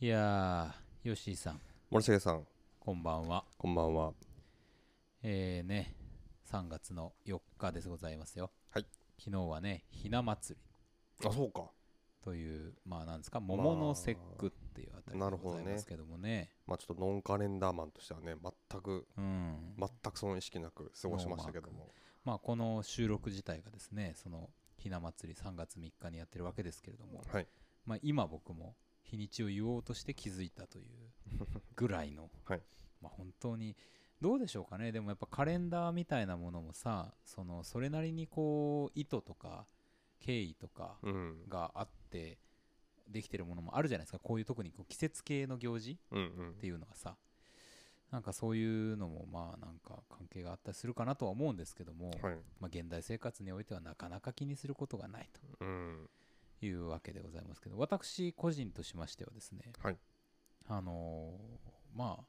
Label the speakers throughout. Speaker 1: いやー、ヨッシーさん、
Speaker 2: 森重さん
Speaker 1: こんばんは。
Speaker 2: こんばんは
Speaker 1: えーね、3月の4日ですございますよ。
Speaker 2: はい。
Speaker 1: 昨日はね、ひな祭り
Speaker 2: あそうか
Speaker 1: という、まあなんですか、桃の節句っていうあたり
Speaker 2: まあ
Speaker 1: でござい
Speaker 2: なるほ
Speaker 1: ま
Speaker 2: どね
Speaker 1: すけどもね。
Speaker 2: まあちょっとノンカレンダーマンとしてはね全く
Speaker 1: うん。
Speaker 2: 全くその意識なく過ごしましたけども
Speaker 1: まあこの収録自体がですね、そのひな祭り3月3日にやってるわけですけれども、
Speaker 2: はい、
Speaker 1: まあ今僕も日にちを言おうとして気づいたというぐらいの
Speaker 2: はい
Speaker 1: まあ本当にどうでしょうかねでもやっぱカレンダーみたいなものもさそのそれなりにこう意図とか経緯とか
Speaker 2: うん
Speaker 1: があってできてるものもあるじゃないですかこういう特にこう季節系の行事
Speaker 2: うんう
Speaker 1: っ
Speaker 2: ん
Speaker 1: ていうのがさなんかそういうのもまあなんか関係があったりするかなとは思うんですけども、
Speaker 2: はい
Speaker 1: まあ現代生活においてはなかなか気にすることがないと
Speaker 2: うん
Speaker 1: いうわけでございますけど私個人としましてはですね、
Speaker 2: はい
Speaker 1: あのーまあ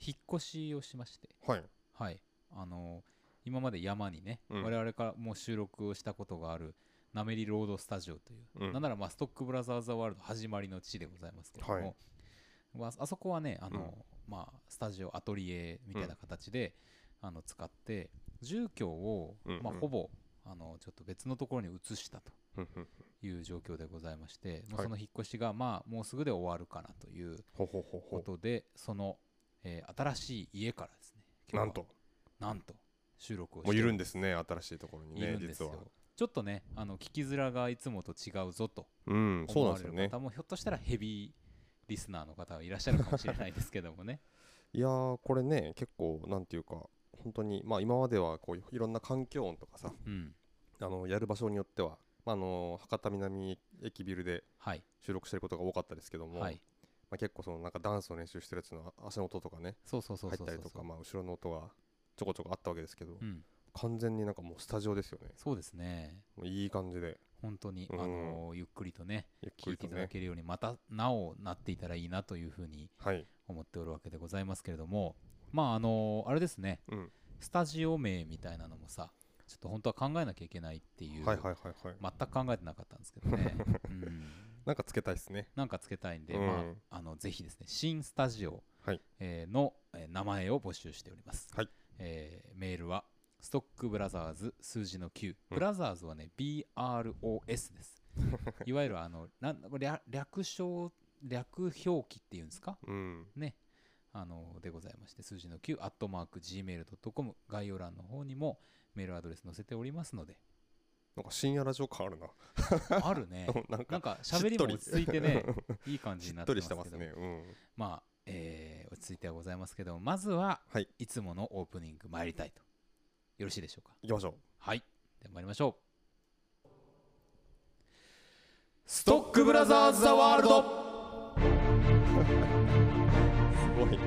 Speaker 1: 引っ越しをしまして
Speaker 2: はい
Speaker 1: はいあのー今まで山にね、
Speaker 2: うん
Speaker 1: 我々からもう収録をしたことがあるナメリロードスタジオという、
Speaker 2: うん
Speaker 1: なんならまあストックブラザーズ・ザ・ワールド始まりの地でございますけども、
Speaker 2: はい
Speaker 1: まああそこはねあのー、まあ、スタジオアトリエみたいな形で、あの使って住居を、
Speaker 2: うん
Speaker 1: まあ、
Speaker 2: うん
Speaker 1: ほぼあのちょっと別のところに移したと
Speaker 2: うんうん
Speaker 1: いう状況でございまして、まあ
Speaker 2: はい
Speaker 1: その引っ越しがまあもうすぐで終わるかなという
Speaker 2: ほほほ
Speaker 1: こ
Speaker 2: ほ
Speaker 1: とでその、えー新しい家からですね今日
Speaker 2: な
Speaker 1: は
Speaker 2: んと
Speaker 1: なんと収録を
Speaker 2: もういるん
Speaker 1: で
Speaker 2: ですね新しいところに
Speaker 1: いる
Speaker 2: ね
Speaker 1: んです
Speaker 2: 実は
Speaker 1: よちょっとねあの聞きづらがいつもと違うぞと
Speaker 2: うんそう
Speaker 1: 思わ
Speaker 2: なんです
Speaker 1: れ
Speaker 2: よ
Speaker 1: る
Speaker 2: ね
Speaker 1: 方もひょっとしたらヘビーリスナーの方がいらっしゃるかもしれないですけども ね
Speaker 2: いやーこれね結構なんていうか本当にまあ今まではこういろんな環境音とかさ
Speaker 1: うん
Speaker 2: あのやる場所によってはまああの博多南駅ビルで
Speaker 1: はい
Speaker 2: 収録してることが多かったですけども、
Speaker 1: はい
Speaker 2: まあ、結構そのなんかダンスの練習してるやつの足の音とかね
Speaker 1: そうそうそう
Speaker 2: 入
Speaker 1: そう
Speaker 2: っ
Speaker 1: そう
Speaker 2: たりとかまあ後ろの音がちょこちょこあったわけですけど、
Speaker 1: うん、
Speaker 2: 完全になんかもうスタジオですよね
Speaker 1: そうですね
Speaker 2: もういい感じで
Speaker 1: 本当に、
Speaker 2: うん
Speaker 1: あのゆっくりとね
Speaker 2: ゆっく
Speaker 1: 聞い
Speaker 2: り
Speaker 1: て
Speaker 2: と
Speaker 1: いただ
Speaker 2: ね
Speaker 1: けるようにまたなおなっていたらいいなというふうに
Speaker 2: はい、
Speaker 1: 思っておるわけでございますけれどもまああのあれですね
Speaker 2: うん、
Speaker 1: スタジオ名みたいなのもさちょっと本当は考えなきゃいけないっていう、
Speaker 2: はいはいはいはい
Speaker 1: 全く考えてなかったんですけど ね、うん、
Speaker 2: なんかつけたいですね
Speaker 1: なんかつけたいんで、
Speaker 2: うん
Speaker 1: まあ、あのぜひですね新スタジオ、
Speaker 2: はい
Speaker 1: えーの、えー名前を募集しております、
Speaker 2: はい
Speaker 1: えーメールはストックブラザーズ数字の9、
Speaker 2: うん
Speaker 1: ブラザーズはね BROS です いわゆるあのなん略略称略表記っていうんですか
Speaker 2: うん
Speaker 1: ね、あのでございまして、数字の9、アットマーク、gmail.com、概要欄の方にもメールアドレス載せております ので、
Speaker 2: なんか深夜ラジオ感あるな
Speaker 1: あるね、
Speaker 2: なん
Speaker 1: なん
Speaker 2: か
Speaker 1: か喋りも落ち着いてね、 いい感じ
Speaker 2: し
Speaker 1: にな
Speaker 2: っ
Speaker 1: って
Speaker 2: と
Speaker 1: ま
Speaker 2: り
Speaker 1: すけど、
Speaker 2: してますねうん
Speaker 1: まあ、えー落ち着いてはございますけど、まずは、
Speaker 2: はい
Speaker 1: いつものオープニング参りたいと。よろしいでしょうか。
Speaker 2: いきましょ
Speaker 1: はい、では参りましょう。ス
Speaker 2: トックブラザーズザワールド
Speaker 1: ド
Speaker 2: うすごい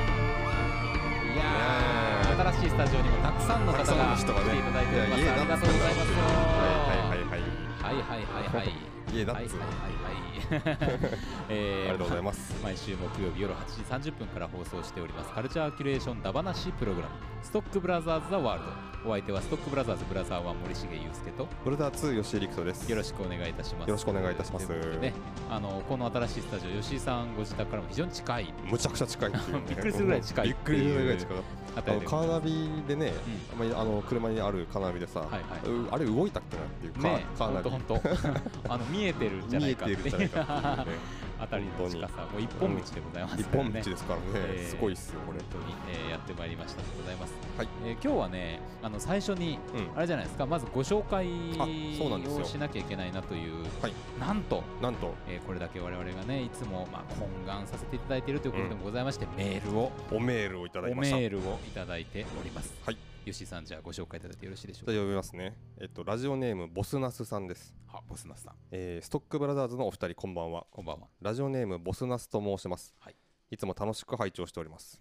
Speaker 1: いやー新しいスタジオにもたくさんの方
Speaker 2: た
Speaker 1: が
Speaker 2: くさん
Speaker 1: 来
Speaker 2: の人が
Speaker 1: て
Speaker 2: ね
Speaker 1: いただいております。あり
Speaker 2: いや
Speaker 1: がとうございます。
Speaker 2: はいはいはいは
Speaker 1: はいはいはいはい
Speaker 2: い家だ
Speaker 1: は
Speaker 2: っ
Speaker 1: い
Speaker 2: つうの、
Speaker 1: はい はいはいえー
Speaker 2: ありがとうございます
Speaker 1: 毎週木曜日夜8時30分から放送しておりますカルチャーキュレーションダバナシプログラムストックブラザーズ・ザ・ワールドお相手はストックブラザーズ・ブラザー1森重裕介と
Speaker 2: ブルダー2吉井陸斗です
Speaker 1: よろしくお願いいたします
Speaker 2: よろしくお願いいたします
Speaker 1: ということでねあのこの新しいスタジオ吉井さんご自宅からも非常に近い、
Speaker 2: むちゃくちゃ近いっていう、ね
Speaker 1: びっくりするぐらい近いっ
Speaker 2: びってく
Speaker 1: いう
Speaker 2: りするぐらい近かった
Speaker 1: あ
Speaker 2: あ
Speaker 1: た
Speaker 2: の
Speaker 1: りでご
Speaker 2: カ
Speaker 1: ざいま
Speaker 2: ーナビでね、
Speaker 1: う
Speaker 2: まああの車にあるカーナビでさ、
Speaker 1: いはいう
Speaker 2: あれ動いたっけなっていう
Speaker 1: す
Speaker 2: カ,、
Speaker 1: ね
Speaker 2: カー
Speaker 1: 本
Speaker 2: ナ
Speaker 1: 当
Speaker 2: ビ
Speaker 1: 本当 あの見えてるんじゃない
Speaker 2: 見え
Speaker 1: か
Speaker 2: て
Speaker 1: ってい
Speaker 2: る
Speaker 1: うん
Speaker 2: じゃな いかっていうね
Speaker 1: あたりの近さもう一本道でございます
Speaker 2: 一
Speaker 1: から
Speaker 2: 本
Speaker 1: ね
Speaker 2: 道ですからね、
Speaker 1: えー
Speaker 2: すごいっすよこれ
Speaker 1: 本当に、えーやってまいりましたでございます、
Speaker 2: はい
Speaker 1: えー今日はねあの最初に
Speaker 2: うん
Speaker 1: あれじゃないですかまずご紹介
Speaker 2: あそうなんですよ
Speaker 1: をしなきゃいけないなという
Speaker 2: はい
Speaker 1: なんと、
Speaker 2: なんと
Speaker 1: えーこれだけ我々がねいつも、まあ、懇願させていただいているということで
Speaker 2: うん
Speaker 1: もございまして、メールを
Speaker 2: おメールをいただき
Speaker 1: お
Speaker 2: ました
Speaker 1: メ
Speaker 2: じゃ
Speaker 1: ールをいただいております
Speaker 2: はい
Speaker 1: 吉井さんじゃあご紹介いただいてよろしいでしょ
Speaker 2: あ
Speaker 1: うか
Speaker 2: 読みますねえっとラジオネームボスナスさんです、
Speaker 1: あボスナスさん
Speaker 2: えー、ストックブラザーズのお二人こんばんは
Speaker 1: こんばんは
Speaker 2: ラジオネームボスナスと申します、
Speaker 1: はい、
Speaker 2: いつも楽しく拝聴しております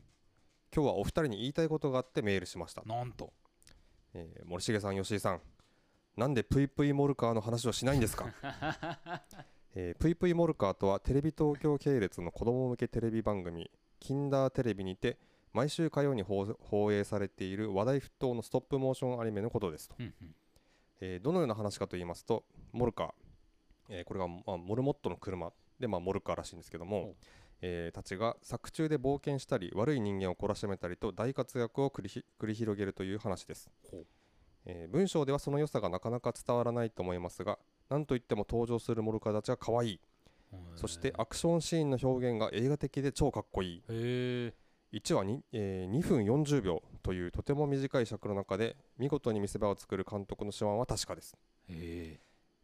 Speaker 2: 今日はお二人に言いたいことがあってメールしました
Speaker 1: なんと
Speaker 2: えー森重さん、吉井さん、なんでプイプイモルカーの話をしないんですか、えー、プイプイモルカーとはテレビ東京系列の子ども向けテレビ番組、キンダーテレビにて毎週火曜に放放映されている話題沸騰のストップモーションアニメのことですと、
Speaker 1: うんうん
Speaker 2: えーどのような話かと言いますとモルカー、えーこれが、まあ、モルモットの車で、まあ、モルカーらしいんですけど
Speaker 1: ほう
Speaker 2: も、えーたちが作中で冒険したり悪い人間を懲らしめたりと大活躍を繰りひ繰り広げるという話です
Speaker 1: ほう、
Speaker 2: えー文章ではその良さがなかなか伝わらないと思いますがなんといっても登場するモルカーたちは可愛いそしてアクションシーンの表現が映画的で超かっこいい
Speaker 1: へえ
Speaker 2: 1話に、えー2分40秒というとても短い尺の中で見事に見せ場を作る監督の手腕は確かです
Speaker 1: へ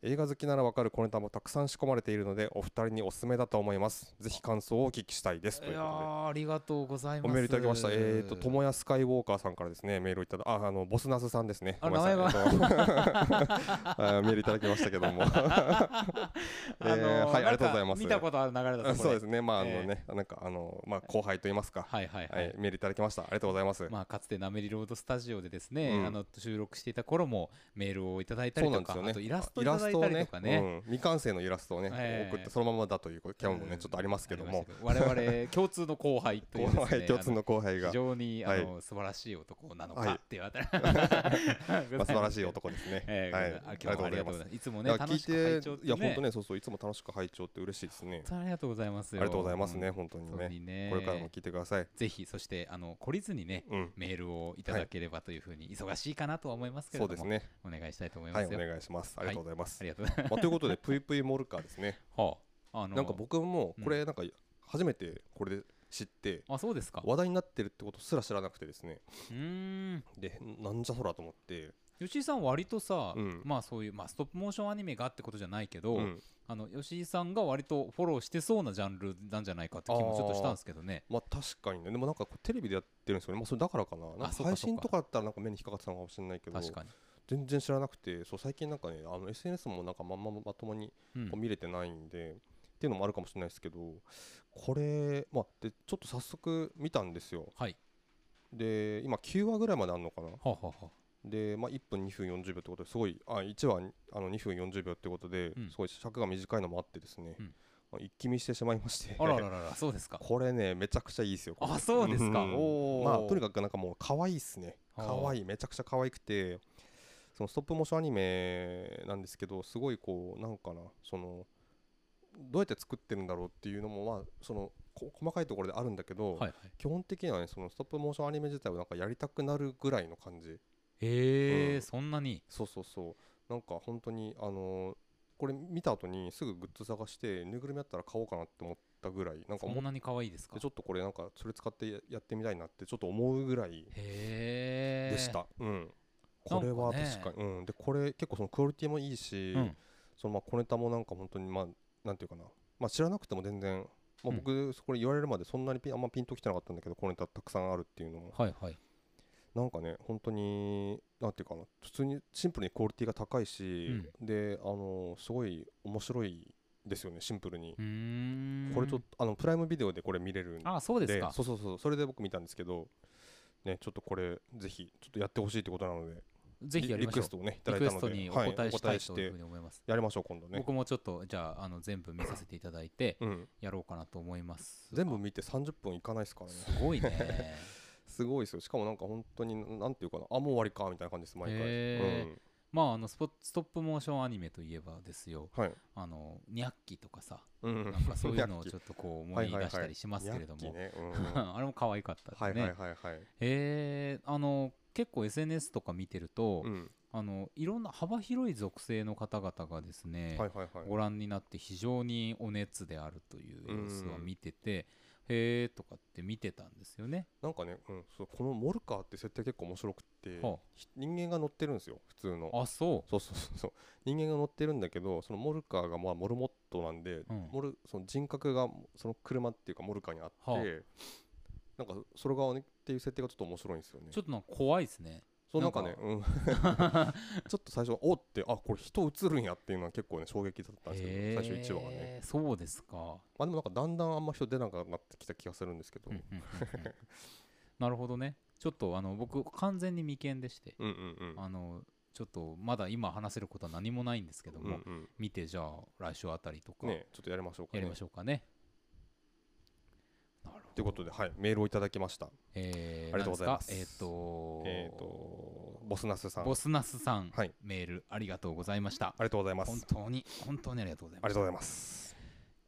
Speaker 2: 映画好きならわかる小ネタもたくさん仕込まれているのでお二人におすすめだと思いますぜひ感想をお聞きしたいですと
Speaker 1: え
Speaker 2: い
Speaker 1: いうや
Speaker 2: こ
Speaker 1: ーありがとうござい
Speaker 2: と
Speaker 1: ます
Speaker 2: でおメールいただきましたえっ、ー、と友也スカイウォーカーさんからですねメールをいただああのボスナスさんですね
Speaker 1: あ
Speaker 2: ごめんなさい
Speaker 1: 名
Speaker 2: えっと あメールいただきましたけど もえー
Speaker 1: のー
Speaker 2: はいあ
Speaker 1: なん
Speaker 2: りがとう
Speaker 1: か
Speaker 2: ございます
Speaker 1: 見たことある流れだ
Speaker 2: あ
Speaker 1: と
Speaker 2: そうですねまああの
Speaker 1: えー
Speaker 2: ね、なんかあのまあ後輩と言いますか
Speaker 1: はいはいは、
Speaker 2: はいい、メールいただきましたありがとうございます、
Speaker 1: まあ、かつてなめりロードスタジオでですね、
Speaker 2: うん
Speaker 1: あの収録していた頃もメールをいただいた
Speaker 2: そ
Speaker 1: り
Speaker 2: うな
Speaker 1: とか、
Speaker 2: んですよね
Speaker 1: あとイラストいただいたりとかね
Speaker 2: イラストをうん未完成のイラストをね、
Speaker 1: ええ
Speaker 2: 送ってそのままだというキャンもね、
Speaker 1: うん
Speaker 2: ちょっとありますけど
Speaker 1: あ
Speaker 2: も
Speaker 1: りましたけど我々共通の後輩というですね
Speaker 2: 後輩共通の後輩
Speaker 1: 非
Speaker 2: が、
Speaker 1: 常にあ
Speaker 2: はい
Speaker 1: の、素晴らしい男なの
Speaker 2: は
Speaker 1: か
Speaker 2: い
Speaker 1: っていうあた り、はい、
Speaker 2: まあ、素晴らしい男ですね
Speaker 1: えー
Speaker 2: はい
Speaker 1: あ今日もありがとうございますいつもね
Speaker 2: いや
Speaker 1: 楽
Speaker 2: 聞い
Speaker 1: しく拝聴っ
Speaker 2: て、
Speaker 1: て
Speaker 2: いや本当ねそうそういつも楽しく拝聴って嬉しいですね
Speaker 1: 本当にありがとうございます
Speaker 2: あ
Speaker 1: よ
Speaker 2: りがとうございますね、
Speaker 1: うん
Speaker 2: 本当に
Speaker 1: 本当
Speaker 2: ね
Speaker 1: にね
Speaker 2: これからも聞いてください
Speaker 1: ぜひそしてあの懲りずにね
Speaker 2: うん
Speaker 1: メールをいただければというふうに忙しいかなとは思いますけれ
Speaker 2: そ
Speaker 1: ど
Speaker 2: う
Speaker 1: も、
Speaker 2: ですね
Speaker 1: お願いしたいと思いま
Speaker 2: はいお
Speaker 1: すよ、
Speaker 2: 願いしますありがとうございます、
Speaker 1: ありがとうございます
Speaker 2: まあ、ということでぷいぷいモルカーですね
Speaker 1: はああの
Speaker 2: なんか僕も
Speaker 1: うん
Speaker 2: これなんか初めてこれで知って
Speaker 1: あそうですか
Speaker 2: 話題になってるってことすら知らなくてですね
Speaker 1: うーん
Speaker 2: でなんじゃそらと思って
Speaker 1: 吉井さん割とさ、
Speaker 2: うん
Speaker 1: まあそういう、まあ、ストップモーションアニメがってことじゃないけど、
Speaker 2: うん
Speaker 1: あの吉井さんが割とフォローしてそうなジャンルなんじゃないかって気もちょっとしたんですけどね
Speaker 2: まあ確かにねでもなんかこうテレビでやってるんですよね、まあ、それだからかななんか
Speaker 1: そうか
Speaker 2: 配信
Speaker 1: そう
Speaker 2: と
Speaker 1: か
Speaker 2: かだったらなんか目に引っかかってたのかもしれないけど
Speaker 1: 確かに、
Speaker 2: 全然知らなくてそう最近なんかねあの SNS もなんかまんままともに
Speaker 1: うん
Speaker 2: こう見れてないんで、っていうのもあるかもしれないですけどこれ、まあ、でちょっと早速見たんですよ
Speaker 1: はい
Speaker 2: で今9話ぐらいまであるのかな
Speaker 1: はあ、はあはあ
Speaker 2: で、まあ、1分2分40秒ってことですごいあ1話あの2分40秒ってことで、
Speaker 1: うん
Speaker 2: すごい尺が短いのもあってですね、
Speaker 1: うん
Speaker 2: まあ一気見してしまいまして
Speaker 1: あららららそうですか
Speaker 2: これねめちゃくちゃいいですよこれ
Speaker 1: あそうですか
Speaker 2: ん
Speaker 1: おー
Speaker 2: まあとにかくなんかもう可愛いっすね
Speaker 1: あ
Speaker 2: 可
Speaker 1: ー
Speaker 2: 愛いめちゃくちゃ可愛くてそのストップモーションアニメなんですけどすごいこうなんかなそのどうやって作ってるんだろうっていうのもまあそのこ細かいところであるんだけど、
Speaker 1: はいはい
Speaker 2: 基本的にはねそのストップモーションアニメ自体をなんかやりたくなるぐらいの感じ
Speaker 1: へえ、
Speaker 2: うん
Speaker 1: そんなに
Speaker 2: そうそうそうなんか本当にあのーこれ見た後にすぐグッズ探してぬいぐるみあったら買おうかなって思ったぐらいなんか
Speaker 1: そ
Speaker 2: 思っ
Speaker 1: んなに可愛いですか
Speaker 2: でちょっとこれなんかそれ使ってややってみたいなってちょっと思うぐらい
Speaker 1: へえ
Speaker 2: でした、うんこれは
Speaker 1: なんかね
Speaker 2: 確かに、うんでこれ結構そのクオリティもいいし、
Speaker 1: うん
Speaker 2: そのまあ小ネタもなんか本当にまあなんていうかなまあ知らなくても全然まあ
Speaker 1: うん
Speaker 2: 僕、これ言われるまでそんなにピンあんまピンときてなかったんだけど小ネタたくさんあるっていうのも
Speaker 1: はいはい
Speaker 2: なんかね本当になんていうかな普通にシンプルにクオリティが高いし、であのすごい面白いですよねシンプルに
Speaker 1: う、ーん
Speaker 2: これちょっとあのプライムビデオでこれ見れるんで
Speaker 1: あそうですか
Speaker 2: そうそうそうそれで僕見たんですけどねちょっとこれぜひちょっとやってほしいってことなので
Speaker 1: ぜひやりましょ
Speaker 2: リクエ
Speaker 1: う
Speaker 2: ストをねいた
Speaker 1: リ
Speaker 2: だい
Speaker 1: ク
Speaker 2: た
Speaker 1: エス
Speaker 2: ので
Speaker 1: トにお
Speaker 2: はい
Speaker 1: 答えしたいと
Speaker 2: お答
Speaker 1: い
Speaker 2: え
Speaker 1: うふ
Speaker 2: し
Speaker 1: う
Speaker 2: て
Speaker 1: に思います、
Speaker 2: やりましょう今度ね
Speaker 1: 僕もちょっとじゃああの全部見させていただいて
Speaker 2: うん
Speaker 1: やろうかなと思います
Speaker 2: 全部見て30分いかないですからね
Speaker 1: すごいね
Speaker 2: すごいですよしかもなんか本当になんていうかなあもう終わりかみたいな感じです毎回、
Speaker 1: へ
Speaker 2: うん
Speaker 1: まああのスポストップモーションアニメといえばですよ
Speaker 2: はい、
Speaker 1: あのニャッキとかさ
Speaker 2: うん
Speaker 1: なんかそういうのをちょ
Speaker 2: っ
Speaker 1: っとこう思い出したりしますけ れども、
Speaker 2: ね、うん
Speaker 1: あれも可愛かった
Speaker 2: はい
Speaker 1: で
Speaker 2: は
Speaker 1: ね、
Speaker 2: いはいはい、
Speaker 1: えーあの結構 SNS とか見てると、
Speaker 2: うん、
Speaker 1: あのいろんな幅広い属性の方々がですね、
Speaker 2: はいはいはい
Speaker 1: ご覧になって非常にお熱であるという様子は見てて、へえとかって見てたんですよね。
Speaker 2: なんかね、うん、そうこのモルカーって設定結構面白くって、
Speaker 1: は
Speaker 2: ひ人間が乗ってるんですよ普通の
Speaker 1: あそう
Speaker 2: そうそうそうそう人間が乗ってるんだけどそのモルカーがまあモルモットなんで、
Speaker 1: うん
Speaker 2: モルその人格がその車っていうかモルカーにあって、
Speaker 1: はあ
Speaker 2: なんかそれがねっていう設定がちょっと面白いんですよね
Speaker 1: ちょっとなんか怖いですね。
Speaker 2: そうなんかねうんち ょっと最初おってあこれ人映るんやっていうのは結構ね衝撃だったんですけど最初1話はね
Speaker 1: へーそうですか。
Speaker 2: まあでもなんかだんだんあんま人出なくなってきた気がするんですけど、
Speaker 1: うんうんうんうんなるほどね。ちょっとあの僕完全に未見でして、
Speaker 2: うん、うんうん
Speaker 1: あのちょっとまだ今話せることは何もないんですけど
Speaker 2: うん
Speaker 1: も、
Speaker 2: うん
Speaker 1: 見てじゃあ来週あたりとかや
Speaker 2: ねちょっとやりましょうか、ね、
Speaker 1: りましょうかね。なるほど。
Speaker 2: ということではいメールをいただきました
Speaker 1: えー、
Speaker 2: ありがとうございます
Speaker 1: 何ですかえっ、と
Speaker 2: えっ、とボスナスさん
Speaker 1: ボスナスさん、
Speaker 2: はい
Speaker 1: メールありがとうございました
Speaker 2: ありがとうございます
Speaker 1: 本当に本当にありがとうござい
Speaker 2: あ
Speaker 1: ま
Speaker 2: りが
Speaker 1: す
Speaker 2: とうございます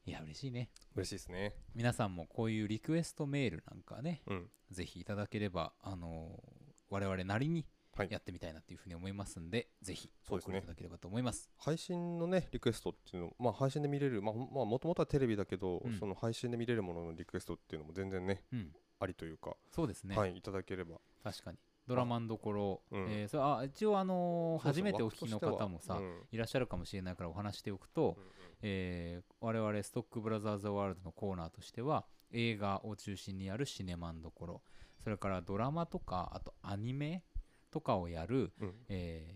Speaker 1: いや嬉しいね
Speaker 2: 嬉しいですね
Speaker 1: 皆さんもこういうリクエストメールなんかね
Speaker 2: うん
Speaker 1: ぜひいただければあのー我々なりに
Speaker 2: はい
Speaker 1: やってみたいなっていうふうに思いますんで、ぜひ
Speaker 2: そうですね
Speaker 1: お送りいただければと思います
Speaker 2: 配信のねリクエストっていうのまあ配信で見れるまあほんまあもともとはテレビだけど、
Speaker 1: うん
Speaker 2: その配信で見れるもののリクエストっていうのも全然ね
Speaker 1: うん
Speaker 2: ありというか、
Speaker 1: そうですね、
Speaker 2: はいいただければ
Speaker 1: 確かにドラマのところ、
Speaker 2: うん
Speaker 1: えーそれあ一応あのー初めてお聞きの方もさ、
Speaker 2: そうそう枠としてはうん
Speaker 1: いらっしゃるかもしれないからお話しておくと、えー我々ストックブラザーズ・ワールドのコーナーとしては映画を中心にやるシネマンどころそれからドラマとかあとアニメとかをやる、
Speaker 2: うんうん
Speaker 1: え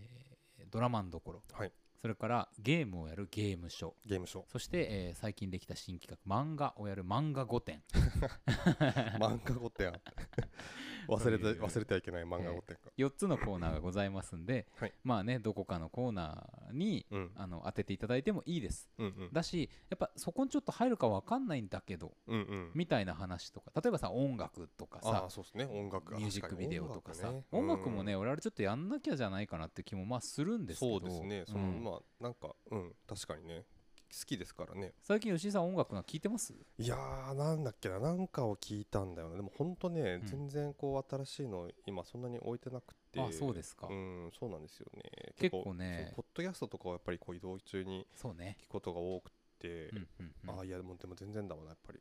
Speaker 1: ードラマンどころ、
Speaker 2: はい
Speaker 1: それからゲームをやるゲームショー
Speaker 2: ゲー ムショー
Speaker 1: そして、えー最近できた新企画漫画をやる漫画5点
Speaker 2: 漫画御殿 忘れて
Speaker 1: そういう
Speaker 2: 忘れてはいけない漫画御殿か、
Speaker 1: 4つのコーナーがございますんで、
Speaker 2: はい
Speaker 1: まあねどこかのコーナーに
Speaker 2: うん
Speaker 1: あの当てていただいてもいいです
Speaker 2: うんうん
Speaker 1: だしやっぱそこにちょっと入るか分かんないんだけど
Speaker 2: うんうん
Speaker 1: みたいな話とか例えばさ音楽とか
Speaker 2: あ
Speaker 1: さ
Speaker 2: あそうですね音楽
Speaker 1: ミュージックビデオとかさ音楽,、もね
Speaker 2: うん
Speaker 1: 我々ちょっとやんなきゃじゃないかなって気もまあするんですけ
Speaker 2: そ
Speaker 1: ど
Speaker 2: うですねその、
Speaker 1: うん
Speaker 2: まあなんかうん確かにね好きですからね
Speaker 1: 最近吉井さん音楽が聴いてます
Speaker 2: いやーなんだっけななんかを聞いたんだよねでもほんとね、
Speaker 1: うん
Speaker 2: 全然こう新しいの今そんなに置いてなくて
Speaker 1: あそうですか、
Speaker 2: うんそうなんですよね
Speaker 1: 結構ね
Speaker 2: そうポッドキャストとかはやっぱりこう移動中に
Speaker 1: そうね、
Speaker 2: 聞くことが多くて、
Speaker 1: うんうんうん
Speaker 2: ああいやでもでも全然だわなやっぱり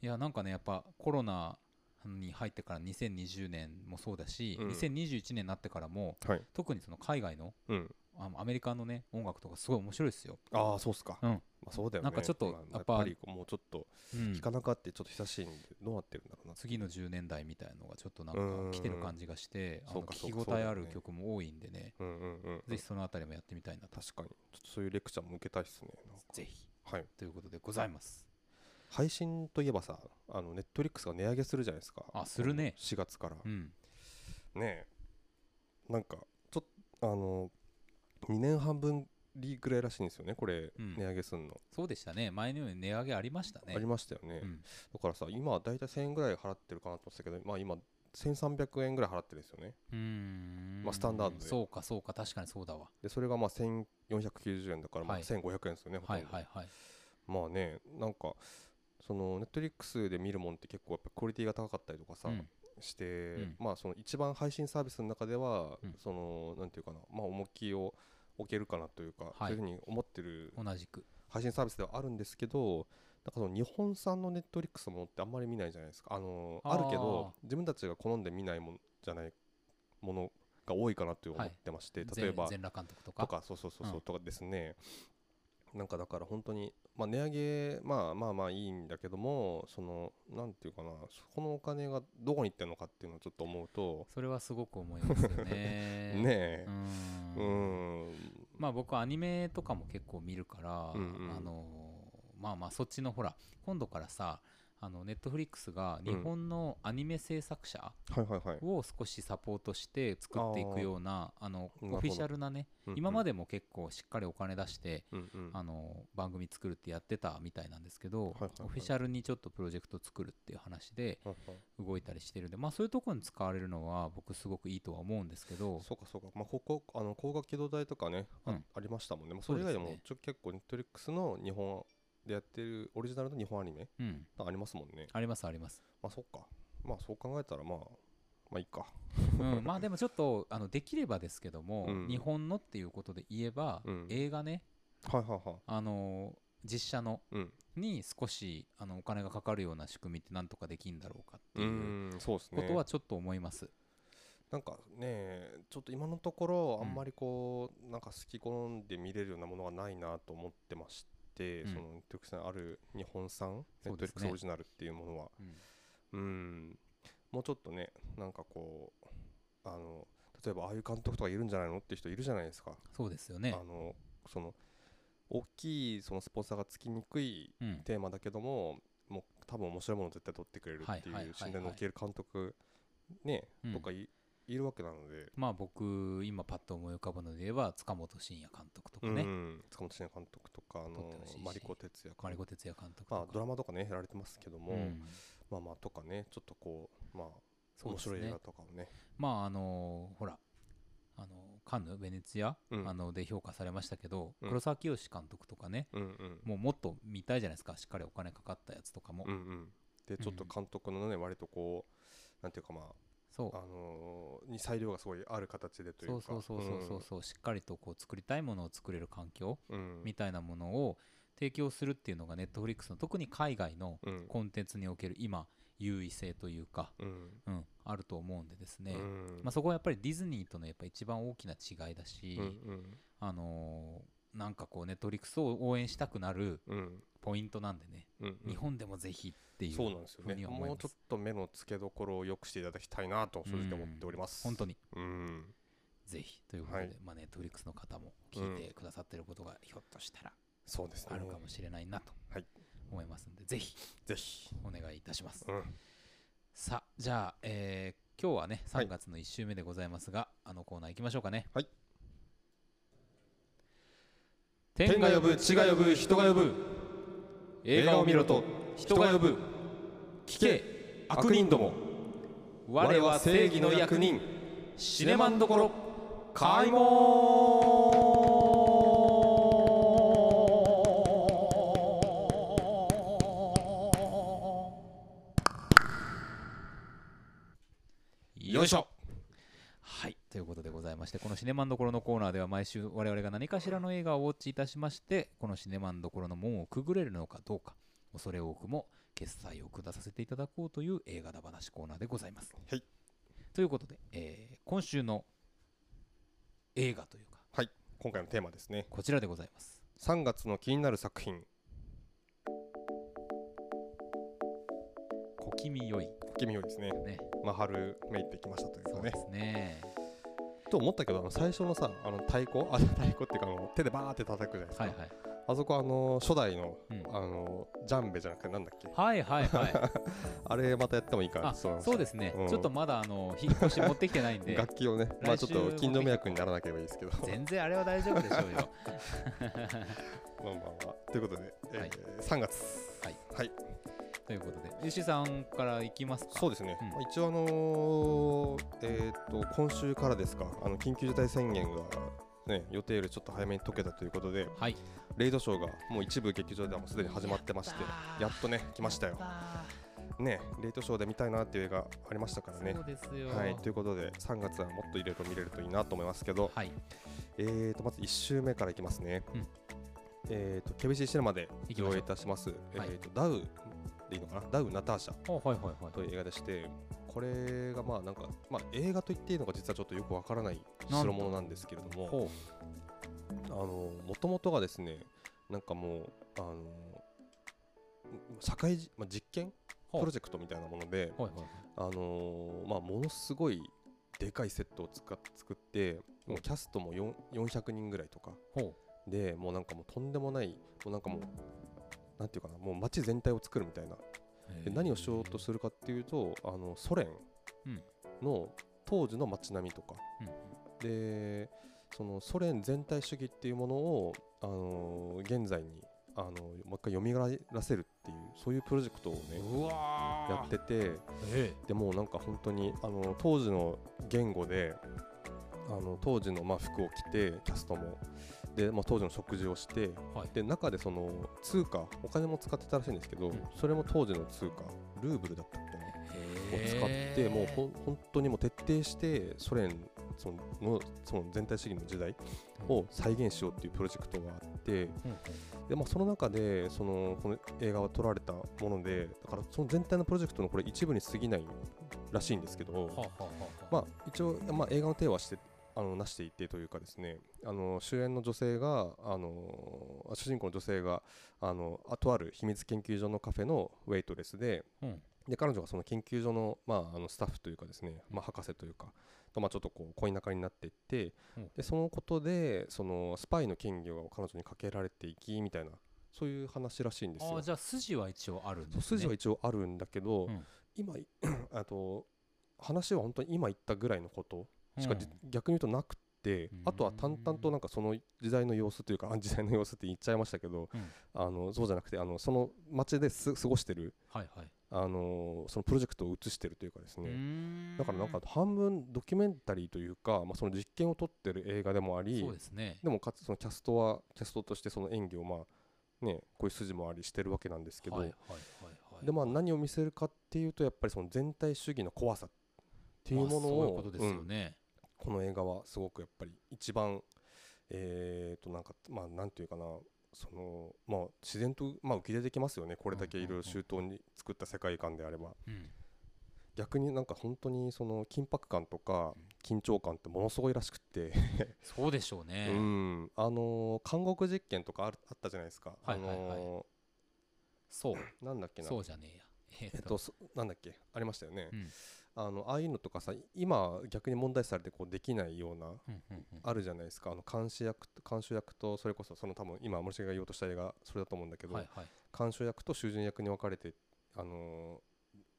Speaker 1: いやなんかねやっぱコロナに入ってから2020年もそうだし、
Speaker 2: うん
Speaker 1: 2021年になってからも
Speaker 2: はい
Speaker 1: 特にその海外の
Speaker 2: うん
Speaker 1: あのアメリカのね音楽とかすごい面白いですよ、
Speaker 2: ああそうっすか、
Speaker 1: うん
Speaker 2: まあ、そうだよ
Speaker 1: な
Speaker 2: ね
Speaker 1: んかちょっと
Speaker 2: まあ
Speaker 1: や
Speaker 2: や
Speaker 1: っ
Speaker 2: っ
Speaker 1: ぱ
Speaker 2: ぱりこうもうちょっと
Speaker 1: うん
Speaker 2: 聞かなかってちょっと久しいんでどうなってるんだろうな
Speaker 1: 次の10年代みたいのがちょっとなん
Speaker 2: うんうん
Speaker 1: か
Speaker 2: うん
Speaker 1: 来てる感じがして、あ
Speaker 2: そ
Speaker 1: の
Speaker 2: うか
Speaker 1: 聞
Speaker 2: そう
Speaker 1: き
Speaker 2: か
Speaker 1: 応
Speaker 2: そうだ
Speaker 1: え
Speaker 2: よね
Speaker 1: ある曲も多いんでね、
Speaker 2: うんうんうん
Speaker 1: ぜひそのあたりもやってみたいなと、
Speaker 2: 確かにちょっとそういうレクチャーも受けたいですねなんか
Speaker 1: ぜひ
Speaker 2: はい
Speaker 1: ということでございます。
Speaker 2: 配信といえばさあのネットリックスが値上げするじゃないですか
Speaker 1: あするね
Speaker 2: 4月から、
Speaker 1: うん、
Speaker 2: ねえなんかちょっとあの2年半分りぐらいらしいんですよねこれ、
Speaker 1: うん
Speaker 2: 値上げすんの、
Speaker 1: そうでしたね、前のように値上げありましたね。
Speaker 2: ありましたよね、
Speaker 1: うん
Speaker 2: だからさ今だいたい1000円ぐらい払ってるかなと思ってたけどまあ今1300円ぐらい払ってるんですよね
Speaker 1: うーん
Speaker 2: まあスタンダードで
Speaker 1: そうか、そうか、確かにそうだわ。
Speaker 2: でそれがまあ1490円だからまあ
Speaker 1: はい
Speaker 2: 1500円ですよね、ほと
Speaker 1: は
Speaker 2: ん
Speaker 1: い
Speaker 2: ど
Speaker 1: はいはい。
Speaker 2: まあねなんかそのネットリックスで見るもんって結構やっぱクオリティが高かったりとかさ、
Speaker 1: うん
Speaker 2: して、
Speaker 1: ん
Speaker 2: まあその一番配信サービスの中では、
Speaker 1: うん
Speaker 2: そのなんていうかなまあ重きを置けるかなというか、
Speaker 1: い
Speaker 2: そういうふうに思ってる
Speaker 1: 同じく。
Speaker 2: 配信サービスではあるんですけどなんかその日本産のネットリックスのものってあんまり見ないじゃないですかあの
Speaker 1: あー
Speaker 2: あるけど自分たちが好んで見ないものじゃないものが多いかなと思ってまして、例えば
Speaker 1: 全全裸監督とか。
Speaker 2: とかそうそうそうそううんとかですね、なんかだから本当に、まあ、値上げ、まあ、まあまあいいんだけどもそのなんていうかなそこのお金がどこに行ってるのかっていうのをちょっと思うと、
Speaker 1: それはすごく思いますよね。
Speaker 2: ねえ
Speaker 1: うーん
Speaker 2: うーん
Speaker 1: まあ僕アニメとかも結構見るから、
Speaker 2: うんうん
Speaker 1: あのーまあまあそっちのほら今度からさあのネットフリックスが日本のアニメ制作者
Speaker 2: はいはいはい、
Speaker 1: を少しサポートして作っていくようなあの
Speaker 2: な
Speaker 1: オ
Speaker 2: るほど
Speaker 1: フィシャルなね
Speaker 2: うんうん
Speaker 1: 今までも結構しっかりお金出して
Speaker 2: うんうん
Speaker 1: あのー番組作るってやってたみたいなんですけど
Speaker 2: はいはいはい
Speaker 1: オフィシャルにちょっとプロジェクト作るっていう話で
Speaker 2: はいはい
Speaker 1: 動いたりしてるんでまあそういうところに使われるのは僕すごくいいとは思うんですけど
Speaker 2: そうかそうか、まあ、ここあの高額機動代とかね、あ
Speaker 1: うん
Speaker 2: ありましたもんね、まあ、
Speaker 1: そ
Speaker 2: そうれ以外で
Speaker 1: です
Speaker 2: も
Speaker 1: ね
Speaker 2: ちょ結構ネットリックスの日本でやってるオリジナルの日本アニメ
Speaker 1: うん
Speaker 2: ありますもんね
Speaker 1: ありますあります
Speaker 2: まあそっかまあそう考えたらまあまあいいか
Speaker 1: うん、まあでもちょっとあのできればですけども、
Speaker 2: うん
Speaker 1: 日本のっていうことで言えば、
Speaker 2: うん
Speaker 1: 映画ね、
Speaker 2: はいはいはい
Speaker 1: あのー実写の
Speaker 2: うん
Speaker 1: に少しあのお金がかかるような仕組みってなんとかできんだろうかって
Speaker 2: う
Speaker 1: いう
Speaker 2: ーんそうです
Speaker 1: こ
Speaker 2: ね
Speaker 1: とはちょっと思います。
Speaker 2: なんかねちょっと今のところ
Speaker 1: う
Speaker 2: あ
Speaker 1: ん
Speaker 2: んまりこう、なんか好き好んで見れるようなものがないなと思ってまして、
Speaker 1: うん
Speaker 2: そのネットリックスにある日本産ネ
Speaker 1: そ
Speaker 2: ッ
Speaker 1: う
Speaker 2: ト
Speaker 1: で
Speaker 2: リ
Speaker 1: す
Speaker 2: ック
Speaker 1: ね
Speaker 2: スオリジナルっていうものは
Speaker 1: うん
Speaker 2: うんもうちょっとねなんかこうあの例えばああいう監督とかいるんじゃないのって人いるじゃないですか、
Speaker 1: そうですよ
Speaker 2: あ
Speaker 1: ね。
Speaker 2: のその大きいそのスポンサーがつきにくい
Speaker 1: うん、
Speaker 2: テーマだけどももう多分面白いものを絶対撮ってくれる
Speaker 1: はい
Speaker 2: ってい
Speaker 1: はいはいう
Speaker 2: 信頼
Speaker 1: は
Speaker 2: の
Speaker 1: い
Speaker 2: おける監督ね、
Speaker 1: うん
Speaker 2: とかいいるわけなので、
Speaker 1: まあ僕今パッと思い浮かぶので言えば塚本慎也監督とか
Speaker 2: うんう
Speaker 1: ね、
Speaker 2: ん、塚本慎也監督とかあ
Speaker 1: 撮っ
Speaker 2: の
Speaker 1: てほしいし
Speaker 2: マリコ哲也監督
Speaker 1: 金子哲也監督とか、
Speaker 2: まあ、ドラマとかねやられてますけども、
Speaker 1: うん
Speaker 2: まあまあとかねちょっとこうまあ
Speaker 1: そう
Speaker 2: 面
Speaker 1: です
Speaker 2: 白い映
Speaker 1: ね
Speaker 2: 画。とかをね
Speaker 1: まああのーほらあのカンヌベネツィ
Speaker 2: うん
Speaker 1: アあので評価されましたけど、
Speaker 2: うん
Speaker 1: 黒沢清監督とかね
Speaker 2: うんうん
Speaker 1: もうもっと見たいじゃないですかしっかりお金かかったやつとかも、
Speaker 2: うんうんでちょっと
Speaker 1: うん
Speaker 2: 監督のね割とこうなんていうかまあ
Speaker 1: そう
Speaker 2: あのーに裁量がすごいある形でとい
Speaker 1: そうう
Speaker 2: か
Speaker 1: そうそうそうそうそうしっかりとこう作りたいものを作れる環境
Speaker 2: うん
Speaker 1: みたいなものを提供するっていうのがネットフリックスの特に海外の
Speaker 2: うん
Speaker 1: コンテンツにおける今優位性というか、
Speaker 2: うん
Speaker 1: うん、あると思うんでですね、
Speaker 2: うん
Speaker 1: まあ、そこはやっぱりディズニーとのやっぱ一番大きな違いだし、
Speaker 2: うんうん
Speaker 1: あのーなんかこうネットフリックスを応援したくなる
Speaker 2: うん
Speaker 1: ポイントなんでね、
Speaker 2: うん
Speaker 1: 日本でもぜひっていう
Speaker 2: そうなんですよ
Speaker 1: ふうに
Speaker 2: ね
Speaker 1: は思い
Speaker 2: もう
Speaker 1: ま
Speaker 2: ちょっ
Speaker 1: す
Speaker 2: と目の付けどころを良くしていただきたいなと正直思っております
Speaker 1: 本当に
Speaker 2: うん
Speaker 1: ぜひということ
Speaker 2: は
Speaker 1: で、
Speaker 2: い
Speaker 1: まあ、ネットフリックスの方も聞いてくださってることがひょっとしたら
Speaker 2: そうですね
Speaker 1: あるかもしれないなと
Speaker 2: はい
Speaker 1: 思いますんで、ぜひ
Speaker 2: ぜひ
Speaker 1: お願いいたします。
Speaker 2: うん
Speaker 1: さあじゃあ、えー今日はね
Speaker 2: はい
Speaker 1: 3月の1週目でございますが、あのコーナー行きましょうかね
Speaker 2: はい
Speaker 1: 天が呼ぶ
Speaker 2: 血が呼ぶ人が呼ぶ
Speaker 1: 映画を見ろと
Speaker 2: 人が呼ぶ
Speaker 1: 聞け
Speaker 2: 悪人ども
Speaker 1: 我は正義の役人シネマンどころ
Speaker 2: 開門
Speaker 1: よいしょはいということでございましてこのシネマンどころのコーナーでは毎週我々が何かしらの映画をウォッチいたしましてこのシネマンどころの門をくぐれるのかどうか恐れ多くも決済を下させていただこうという映画だ話コーナーでございます。
Speaker 2: はい
Speaker 1: ということで、えー今週の映画というか
Speaker 2: はい今回のテーマですね
Speaker 1: こちらでございます。
Speaker 2: 3月の気になる作品
Speaker 1: 小気味良い
Speaker 2: 「君より」ですね
Speaker 1: ね。
Speaker 2: まあ春めいてきましたという
Speaker 1: そ
Speaker 2: か
Speaker 1: うで
Speaker 2: ね
Speaker 1: すね。
Speaker 2: と思ったけどあの最初のさあの太鼓 あ太鼓っていうかあの手でバーって叩くじゃないですか、
Speaker 1: はいはい。
Speaker 2: あそこあの初代の、
Speaker 1: うん
Speaker 2: あのジャンベじゃなくてなんだっけ
Speaker 1: はいはいはい。
Speaker 2: あれまたやってもいいかな
Speaker 1: あ
Speaker 2: って思いました
Speaker 1: そうですね、
Speaker 2: うん
Speaker 1: ちょっとまだあの引っ越し持ってきてない んで
Speaker 2: 楽器をねまあ
Speaker 1: 来
Speaker 2: ち
Speaker 1: 週
Speaker 2: ょっと近所迷惑にならなければいいですけど
Speaker 1: 全然あれは大丈夫でしょう よ。
Speaker 2: まあまあまあということで、えー
Speaker 1: はい
Speaker 2: 3月
Speaker 1: はい、
Speaker 2: はい
Speaker 1: ということで石井さんからいきますか。
Speaker 2: そうですね、
Speaker 1: うん
Speaker 2: まあ一応あのーえーっと今週からですかあの緊急事態宣言がね予定よりちょっと早めに解けたということで
Speaker 1: はい。
Speaker 2: レイドショーがもう一部劇場ではもうすでに始まってましてや
Speaker 1: やったー
Speaker 2: っとね来ましたよ
Speaker 1: あ
Speaker 2: ねレイドショーで見たいなっていう映画ありましたから
Speaker 1: ー
Speaker 2: ね
Speaker 1: そうですよ。
Speaker 2: はいということで3月はもっといろいろ見れるといいなと思いますけど
Speaker 1: はい。
Speaker 2: えーとまず1週目からいきますね、
Speaker 1: うん
Speaker 2: えーと KBC シネマで
Speaker 1: 行きましょう
Speaker 2: 上映いたしますえ
Speaker 1: はい
Speaker 2: ーとダウでいいのかなダウナターシャ
Speaker 1: あはいはいはい。
Speaker 2: という映画でしてこれがまあなんか、まあ、映画と言っていいのか実はちょっとよくわからない
Speaker 1: なんと
Speaker 2: 代物なんですけれども
Speaker 1: ほ
Speaker 2: あのもともとがですねなんかもうあの社会じ、まあ、実験
Speaker 1: う。
Speaker 2: プロジェクトみたいなもので、
Speaker 1: はいはいはい。
Speaker 2: あのーまあ、ものすごいでかいセットをつか作ってもうキャストも4 400人ぐらいとか
Speaker 1: ほ
Speaker 2: でもうなんかもうとんでもないもうなんかもうなんていうかなもう街全体を作るみたいな
Speaker 1: う。
Speaker 2: で何をしようとするかっていうとあのソ連
Speaker 1: うん
Speaker 2: の当時の街並みとか、
Speaker 1: うん
Speaker 2: でそのソ連全体主義っていうものを、あのー現在に、あのーもう一回蘇らせるっていうそういうプロジェクトをね
Speaker 1: うわー
Speaker 2: やってて
Speaker 1: え
Speaker 2: でもうなんか本当に、あのー当時の言語で、あの当時のまあ服を着てキャストもで、まあ、当時の食事をして
Speaker 1: えはい。
Speaker 2: で中でその通貨お金も使ってたらしいんですけど、
Speaker 1: うん
Speaker 2: それも当時の通貨ルーブルだったっけなを
Speaker 1: へー
Speaker 2: 使って、もうほん本当にもう徹底してソ連そののその全体主義の時代を再現しようっていうプロジェクトがあって
Speaker 1: うんうん
Speaker 2: で、まあ、その中でそのこの映画は撮られたものでだからその全体のプロジェクトのこれ一部に過ぎないらしいんですけど、
Speaker 1: はあはあはあ
Speaker 2: まあ、一応、まあ、映画の手はしてあのなしていってというかですねあの主演の女性があの主人公の女性があのあとある秘密研究所のカフェのウェイトレスで,、
Speaker 1: うん
Speaker 2: で彼女がその研究所の,、まあ、あのスタッフというかですね、まあ、博士というか、とまあ、ちょっとこう恋仲になっていって、
Speaker 1: うん
Speaker 2: でそのことでそのスパイの権限を彼女にかけられていきみたいなそういう話らしいんです
Speaker 1: あ
Speaker 2: よ
Speaker 1: ー。じゃあ筋は一応あるんです
Speaker 2: そう
Speaker 1: ね。
Speaker 2: 筋は一応あるんだけ
Speaker 1: う
Speaker 2: ど、
Speaker 1: ん
Speaker 2: 今 いあと話は本当に今言ったぐらいのことしかじ、
Speaker 1: うん
Speaker 2: 逆に言うとなくて
Speaker 1: うん
Speaker 2: あとは淡々となんかその時代の様子というかあ時代の様子って言っちゃいましたけど、
Speaker 1: うん
Speaker 2: あのそうじゃなくてあのその街です過ごしてる
Speaker 1: はいはい、
Speaker 2: あのそのプロジェクトを映してるというかです
Speaker 1: うー
Speaker 2: ね、
Speaker 1: ん
Speaker 2: だからなんか半分ドキュメンタリーというか、まあ、その実験を撮ってる映画でもあり
Speaker 1: そうですね
Speaker 2: でもかつそのキャストはキャストとしてその演技をまあねこういう筋もありしてるわけなんですけど、
Speaker 1: はいはいはいはい
Speaker 2: でまあ何を見せるかっていうとやっぱりその全体主義の怖さっていうもの
Speaker 1: まあそういうこ
Speaker 2: を
Speaker 1: とです
Speaker 2: う
Speaker 1: よ
Speaker 2: ん
Speaker 1: ね、
Speaker 2: この映画はすごくやっぱり一番えーとなんかまあなんていうかなそのまあ自然とまあ浮き出てきますよねこれだけいろいろ周到に作った世界観であれば
Speaker 1: うん
Speaker 2: 逆になんか本当にその緊迫感とか緊張感ってものすごいらしくって
Speaker 1: そうでしょうね、
Speaker 2: うんあのー監獄実験とかあるあったじゃないですか
Speaker 1: は
Speaker 2: あ
Speaker 1: いはいはい
Speaker 2: の
Speaker 1: そう
Speaker 2: ーなんだっけな
Speaker 1: そうじゃねえやえ
Speaker 2: え
Speaker 1: ー
Speaker 2: っと、そなんだっけありましたよね、
Speaker 1: うん
Speaker 2: あのああいうのとかさ今逆に問題視されてこうできないような
Speaker 1: うんうんうん
Speaker 2: あるじゃないですかあの監視役と監修役とそれこそその多分今森重が言おうとした映画それだと思うんだけど、
Speaker 1: はいはい
Speaker 2: 監修役と囚人役に分かれてあの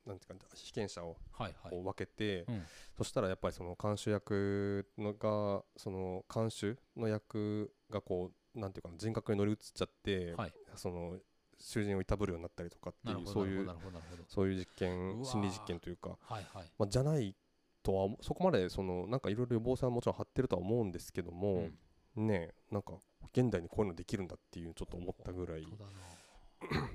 Speaker 2: ーなんていうか被験者を
Speaker 1: はいは
Speaker 2: こう
Speaker 1: い
Speaker 2: 分けて、
Speaker 1: うん
Speaker 2: そしたらやっぱりその監修役のがその監修の役がこうなんていうかな人格に乗り移っちゃって、
Speaker 1: はい
Speaker 2: その囚人をいたぶるようになったりとかって
Speaker 1: なる
Speaker 2: いう
Speaker 1: ほ
Speaker 2: そう
Speaker 1: どなるほ
Speaker 2: い
Speaker 1: どな
Speaker 2: う
Speaker 1: るほどなるほど
Speaker 2: そういう実
Speaker 1: う
Speaker 2: 験
Speaker 1: わー
Speaker 2: 心理実験というか、
Speaker 1: はいはい
Speaker 2: まあ、じゃないとはそこまでそのなんかいろいろ予防線はもちろん張ってるとは思うんですけども、ねえなんか現代にこういうのできるんだっていうちょっと思ったぐらい、
Speaker 1: 本当だな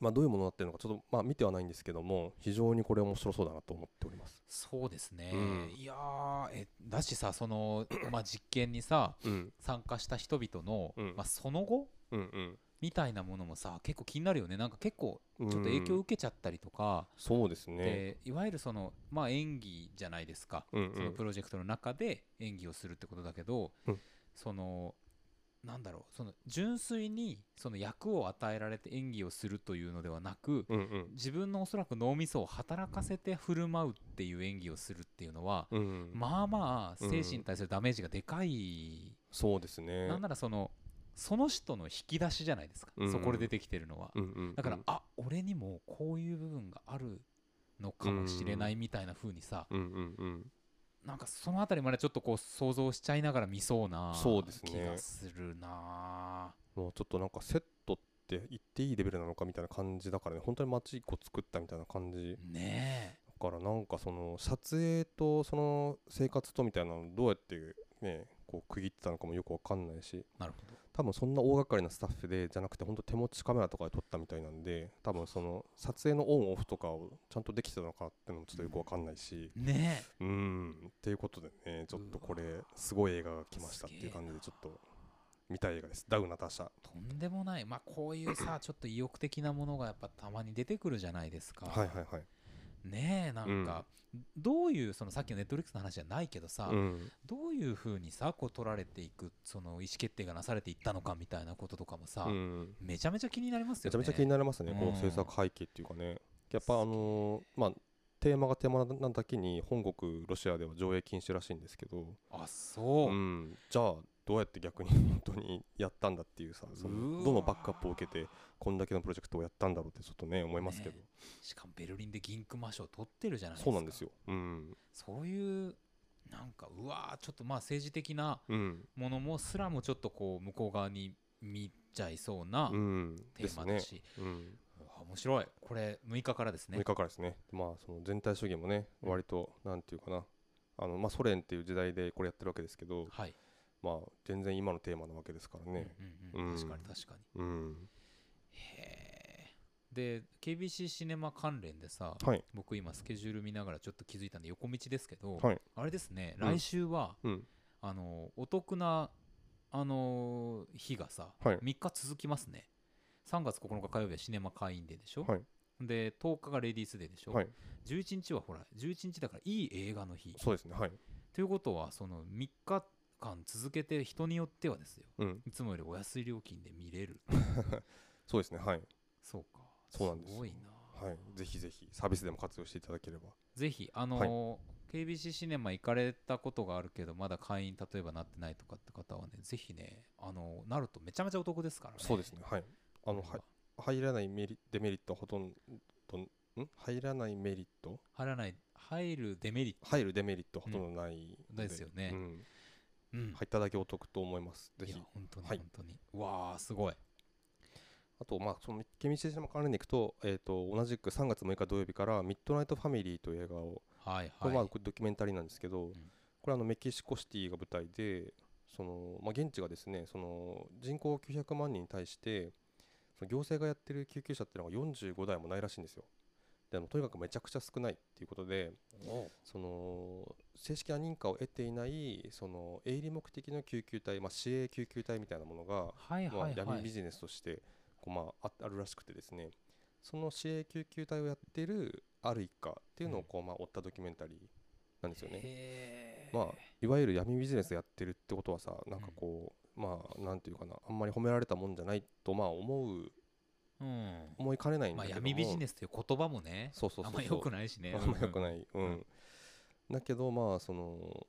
Speaker 2: まあ、どういうものになってるのかちょっとまあ見てはないんですけども非常にこれ面白そうだなと思っております。
Speaker 1: そうですね、
Speaker 2: うん
Speaker 1: いやーえだしさその、 まあ、実験にさ
Speaker 2: うん
Speaker 1: 参加した人々の、
Speaker 2: うん
Speaker 1: まあ、その後
Speaker 2: うんうん
Speaker 1: みたいなものもさ結構気になるよねなんか結構
Speaker 2: ちょっ
Speaker 1: ちょっと影響を受けちゃったりとか、
Speaker 2: そうですね。
Speaker 1: でいわゆるその、まあ、演技じゃないですか、
Speaker 2: うんう
Speaker 1: その
Speaker 2: ん
Speaker 1: プロジェクトの中で演技をするってことだけど、
Speaker 2: うん
Speaker 1: そのなんだろうその純粋にその役を与えられて演技をするというのではなく
Speaker 2: うんうん
Speaker 1: 自分のおそらく脳みそを働かせて振る舞うっていう演技をするっていうのは、
Speaker 2: うんうん
Speaker 1: まあまあ
Speaker 2: うん
Speaker 1: 精神に対するダメージがでかい、
Speaker 2: そうですね。
Speaker 1: なんならそのその人の引き出しじゃないですか、
Speaker 2: うん
Speaker 1: そこで出てきてるのは、
Speaker 2: うんうんうん
Speaker 1: だから、あ俺にもこういう部分があるのかもしれないみたいな風にさ、
Speaker 2: うんうんうん
Speaker 1: なんかそのあたりまでちょっとこう想像しちゃいながら見そうな
Speaker 2: そうですね
Speaker 1: 気がするな
Speaker 2: もうちょっとなんかセットって言っていいレベルなのかみたいな感じだからね本当に街一個作ったみたいな感じ
Speaker 1: ねえ
Speaker 2: だからなんかその撮影とその生活とみたいなのをどうやってねこう区切ってたのかもよくわかんないし
Speaker 1: なるほど
Speaker 2: 多分そんな大掛かりなスタッフでじゃなくて本当手持ちカメラとかで撮ったみたいなんで多分その撮影のオンオフとかをちゃんとできてたのかっていうのもちょっとよくわかんないし
Speaker 1: ねえ
Speaker 2: うんっていうことでねちょっとこれ
Speaker 1: うわ
Speaker 2: すごい映画が来ましたっていう感じでちょっと見たい映画ですダウナターシャ
Speaker 1: とんでもないまあこういう さちょっと意欲的なものがやっぱたまに出てくるじゃないですか、
Speaker 2: はいはいはい
Speaker 1: ねえなんか、どういうそのさっきのネットフリックスの話じゃないけどさ、
Speaker 2: うん
Speaker 1: どういうふうにさこう取られていくその意思決定がなされていったのかみたいなこととかもさ、
Speaker 2: うん
Speaker 1: めちゃめちゃ気になりますよ
Speaker 2: め
Speaker 1: ね
Speaker 2: ちゃめちゃ気になりますね、
Speaker 1: うん
Speaker 2: この制作背景っていうかね。やっぱあのーまあテーマがテーマなだけに本国ロシアでは上映禁止らしいんですけど、
Speaker 1: あそう
Speaker 2: う、ん、じゃあどうやって逆に本当にやったんだっていうさそう
Speaker 1: わ
Speaker 2: のどのバックアップを受けてこんだけのプロジェクトをやったんだろうってちょっとね思いますけど、
Speaker 1: ねしかもベルリンで銀熊賞取ってるじゃないです
Speaker 2: そ
Speaker 1: か
Speaker 2: うなんですようん
Speaker 1: そういうなんかうわーちょっとまあ政治的な
Speaker 2: うん
Speaker 1: ものもすらもちょっとこう向こう側に見ちゃいそうな
Speaker 2: うん
Speaker 1: テ
Speaker 2: で
Speaker 1: ー
Speaker 2: す
Speaker 1: マ
Speaker 2: ね
Speaker 1: だ、し、
Speaker 2: うん、
Speaker 1: あ面白いこれ6日からですね
Speaker 2: 6日からですねまあその全体主義もね割となんていうかなあのまあソ連っていう時代でこれやってるわけですけど
Speaker 1: はい、
Speaker 2: まあ全然今のテーマなわけですからね、
Speaker 1: うんうんうん、
Speaker 2: うん
Speaker 1: 確かに確かに
Speaker 2: うん、
Speaker 1: へえで KBC シネマ関連でさ、
Speaker 2: はい、
Speaker 1: 僕今スケジュール見ながらちょっと気づいたんで横道ですけど、
Speaker 2: はい
Speaker 1: あれですね
Speaker 2: うん
Speaker 1: 来週は、
Speaker 2: うん、
Speaker 1: あのお得なあの日がさ、
Speaker 2: はい
Speaker 1: 3日続きますね3月9日火曜日はシネマ会員デーでしょ、
Speaker 2: はい
Speaker 1: で10日がレディースデーでしょ、
Speaker 2: はい、
Speaker 1: 11日はほら11日だからいい映画の日
Speaker 2: そうですね、はい、
Speaker 1: ということはその3日間続けて人によってはですよ
Speaker 2: うん、
Speaker 1: いつもよりお安い料金で見れる
Speaker 2: そうですね、はい、
Speaker 1: そうか
Speaker 2: そうなんですよ
Speaker 1: ごいな
Speaker 2: はい、ぜひぜひサービスでも活用していただければ、
Speaker 1: ぜひあのー KBC シネマ行かれたことがあるけどまだ会員例えばなってないとかって方はねぜひねあのーなるとめちゃめちゃお得ですからね
Speaker 2: そうですね、はい、あの
Speaker 1: これ
Speaker 2: は
Speaker 1: は
Speaker 2: 入らないメリデメリットはほとんど、ん入らないメリット、
Speaker 1: 入らない入るデメリット
Speaker 2: 入るデメリットはほとんどないので、
Speaker 1: ですよね
Speaker 2: うん、
Speaker 1: うん
Speaker 2: 入っただけお得と思います。ぜ
Speaker 1: い
Speaker 2: ひ
Speaker 1: や。本当に
Speaker 2: はい
Speaker 1: 本当に、うわあすごい
Speaker 2: あと、まあ、その池道島関連でいくと、えっ、と、同じく3月6日土曜日から、ミッドナイトファミリーという映画を、
Speaker 1: はいは
Speaker 2: これ
Speaker 1: い
Speaker 2: まあこれドキュメンタリーなんですけど、
Speaker 1: ん
Speaker 2: これあのメキシコシティが舞台でその、まあ、現地がですねその人口900万人に対してその行政がやってる救急車っていうのが45台もないらしいんですよ。であのとにかくめちゃくちゃ少ないっていうことでその正式な認可を得ていないその営利目的の救急隊、まあ、市営救急隊みたいなものが
Speaker 1: はい
Speaker 2: まあ
Speaker 1: はいは
Speaker 2: 闇ビ
Speaker 1: い
Speaker 2: ジネスとしてこう、まあ、ああるらしくてですねその市営救急隊をやってるある一家っていうの
Speaker 1: う
Speaker 2: を
Speaker 1: ん
Speaker 2: こう、まあ、追ったドキュメンタリーなんですよね。
Speaker 1: へー
Speaker 2: まあ、いわゆる闇ビジネスやってるってことはさなんかこう、まあなんていうかなあんまり褒められたもんじゃないとまあ思う
Speaker 1: うん
Speaker 2: 思いかねないん
Speaker 1: ま
Speaker 2: だ
Speaker 1: あ
Speaker 2: けども、
Speaker 1: 闇ビジネ
Speaker 2: ス
Speaker 1: スという言葉もね
Speaker 2: そうそうそうそ
Speaker 1: あ
Speaker 2: う
Speaker 1: んま良くないしね
Speaker 2: あんま良く
Speaker 1: い
Speaker 2: ない、うんんだけどまあその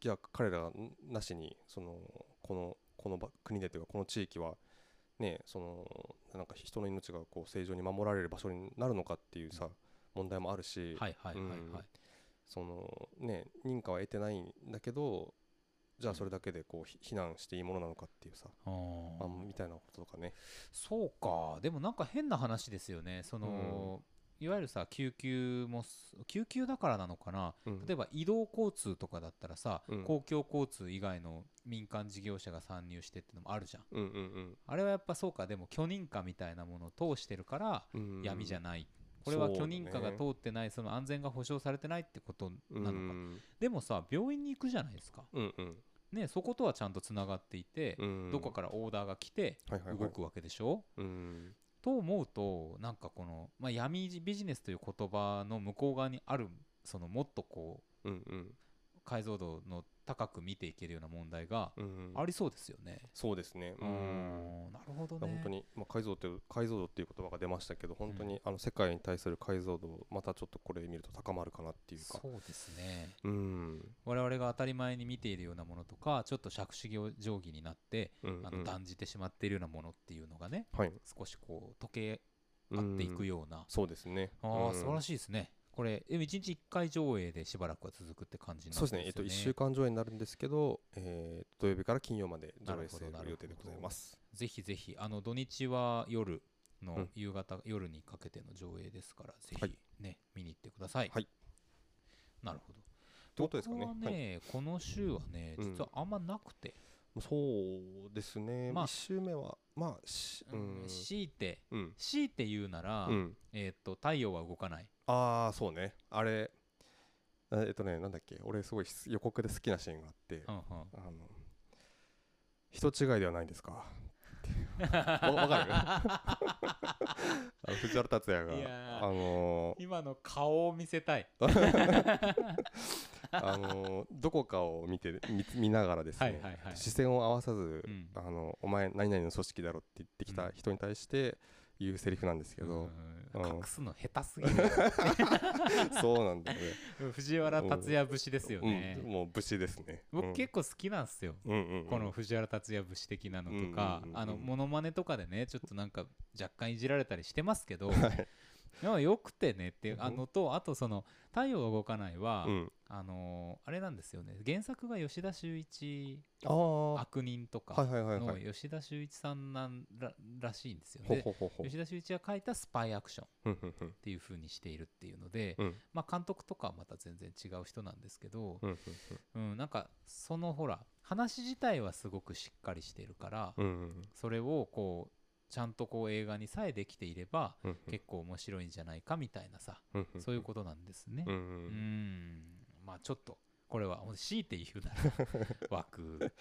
Speaker 2: じゃあ彼らんなしにそのこのこのば国でというかこの地域はねそのなんか人の命がこう正常に守られる場所になるのかっていうさ、問題もあるし、
Speaker 1: はいはいはいはい
Speaker 2: そのね認可は得てないんだけどじゃあそれだけでこうひ避難していいものなのかっていうさ、
Speaker 1: あ
Speaker 2: あ
Speaker 1: ー
Speaker 2: んみたいなこととかね
Speaker 1: そうかでもなんか変な話ですよねその、いわゆるさ救急もす救急だからなのかな
Speaker 2: うん
Speaker 1: 例えば移動交通とかだったらさ、
Speaker 2: うん
Speaker 1: 公共交通以外の民間事業者が参入してってのもあるじゃん
Speaker 2: うんうん
Speaker 1: あれはやっぱそうかでも許認可みたいなものを通してるから
Speaker 2: うんうん
Speaker 1: 闇じゃ
Speaker 2: な
Speaker 1: ない、これは
Speaker 2: そう
Speaker 1: 許
Speaker 2: だね
Speaker 1: 認可が通ってないその安全が保障されてないってことなのか、
Speaker 2: うん
Speaker 1: でもさ病院に行くじゃないですか
Speaker 2: うんうん
Speaker 1: ねそことはちゃんとつながっていて、
Speaker 2: うん
Speaker 1: どこからオーダーが来て
Speaker 2: はいはいはい
Speaker 1: 動くわけでしょ、
Speaker 2: うん
Speaker 1: と思うとなんかこの、まあ、闇ビジネスという言葉の向こう側にあるそのもっとこ
Speaker 2: うんうん
Speaker 1: う解像度の高く見ていけるような問題が
Speaker 2: うん
Speaker 1: ありそうですよね。
Speaker 2: そうですねうん
Speaker 1: うーんなるほどね。
Speaker 2: 本当に、まあ、解像という解像度っていう言葉が出ましたけど本当に、あの世界に対する解像度またちょっとこれ見ると高まるかなっていうか
Speaker 1: そうですね
Speaker 2: うん
Speaker 1: 我々が当たり前に見ているようなものとかちょっと杓子定規になって
Speaker 2: うんうん
Speaker 1: あの断じてしまっているようなものっていうのがね
Speaker 2: はい
Speaker 1: 少しこう溶け合っていく
Speaker 2: うん
Speaker 1: ような
Speaker 2: そうですね
Speaker 1: あー素晴ら
Speaker 2: しい
Speaker 1: しいですねこれ1日1回上映でしばらくは続くって感じなんです
Speaker 2: そ
Speaker 1: よ
Speaker 2: うですね、えっと、1
Speaker 1: ね
Speaker 2: 週間上映になるんですけど、えー土曜日から金曜まで上映する
Speaker 1: なる
Speaker 2: 予
Speaker 1: ほど
Speaker 2: 定でございます。
Speaker 1: ぜひぜひあの土日は夜
Speaker 2: う
Speaker 1: の
Speaker 2: ん
Speaker 1: 夕方、夜にかけての上映ですからぜ
Speaker 2: は
Speaker 1: ひ
Speaker 2: い
Speaker 1: ね見に行ってください。
Speaker 2: はい
Speaker 1: なるほど。
Speaker 2: ということですかね
Speaker 1: 僕はね、この週はね
Speaker 2: うん
Speaker 1: 実はあんまなくて、
Speaker 2: そうですね、
Speaker 1: ま
Speaker 2: ま
Speaker 1: あ
Speaker 2: あ、1週目は、まあ、しう
Speaker 1: うん
Speaker 2: ん、
Speaker 1: 強いて
Speaker 2: うん、
Speaker 1: 強いて言うなら、
Speaker 2: うん、
Speaker 1: えーっと太陽は動かない。
Speaker 2: ああ、そうね、あれ、あえっとね、なんだっけ、俺、すごいし予告で好きなシーンがあって、
Speaker 1: うんうん
Speaker 2: あの人違いではないんですか。っていうわわかる あの藤原竜也
Speaker 1: い
Speaker 2: が、
Speaker 1: や
Speaker 2: あ
Speaker 1: ー
Speaker 2: のー
Speaker 1: 今の顔を見せたい。
Speaker 2: あのーどこかを見て見つ見ながらですね、
Speaker 1: はいはいはい
Speaker 2: 視線を合わさず、
Speaker 1: うん
Speaker 2: あのお前何々の組織だろって言ってき
Speaker 1: う
Speaker 2: た
Speaker 1: ん
Speaker 2: 人に対して言うセリフなんですけ
Speaker 1: う
Speaker 2: ど、
Speaker 1: ん
Speaker 2: うん
Speaker 1: 隠すの下手すぎる。
Speaker 2: そうなんだよね
Speaker 1: 藤原竜也節です よね。
Speaker 2: うん、もう武士ですね
Speaker 1: 僕結構好きなんですよ。
Speaker 2: 構、うんうんうん
Speaker 1: この藤原竜也節的なのとか、
Speaker 2: うんうんうんうん
Speaker 1: あのモノマネとかでねちょっとなんか若干いじられたりしてますけど、でもよくてねっていう
Speaker 2: うん
Speaker 1: あのとあとその「太陽は動かないは」
Speaker 2: うん
Speaker 1: あのーあれなんですよね原作が吉田修一
Speaker 2: ああは
Speaker 1: 悪人と
Speaker 2: い
Speaker 1: か
Speaker 2: はいはいは
Speaker 1: の
Speaker 2: い
Speaker 1: 吉田修一さんなんららしいんですよ
Speaker 2: ほ
Speaker 1: ね。
Speaker 2: ほほほ
Speaker 1: 吉田修一が書いたスパイアクションっ
Speaker 2: うんうんうん
Speaker 1: ていう風にしているっていうので、
Speaker 2: うん
Speaker 1: まあ監督とかはまた全然違う人なんですけど、
Speaker 2: うん
Speaker 1: うん、なんかそのほら話自体はすごくしっかりしてるから、
Speaker 2: うんうんうん
Speaker 1: それをこうちゃんとこう映画にさえできていれば
Speaker 2: うん
Speaker 1: 結構面白いんじゃないかみたいなさ、
Speaker 2: うんうん
Speaker 1: そういうことなんですね。
Speaker 2: うんう
Speaker 1: うんんまあちょっとこれはほんと強いて言うなら枠で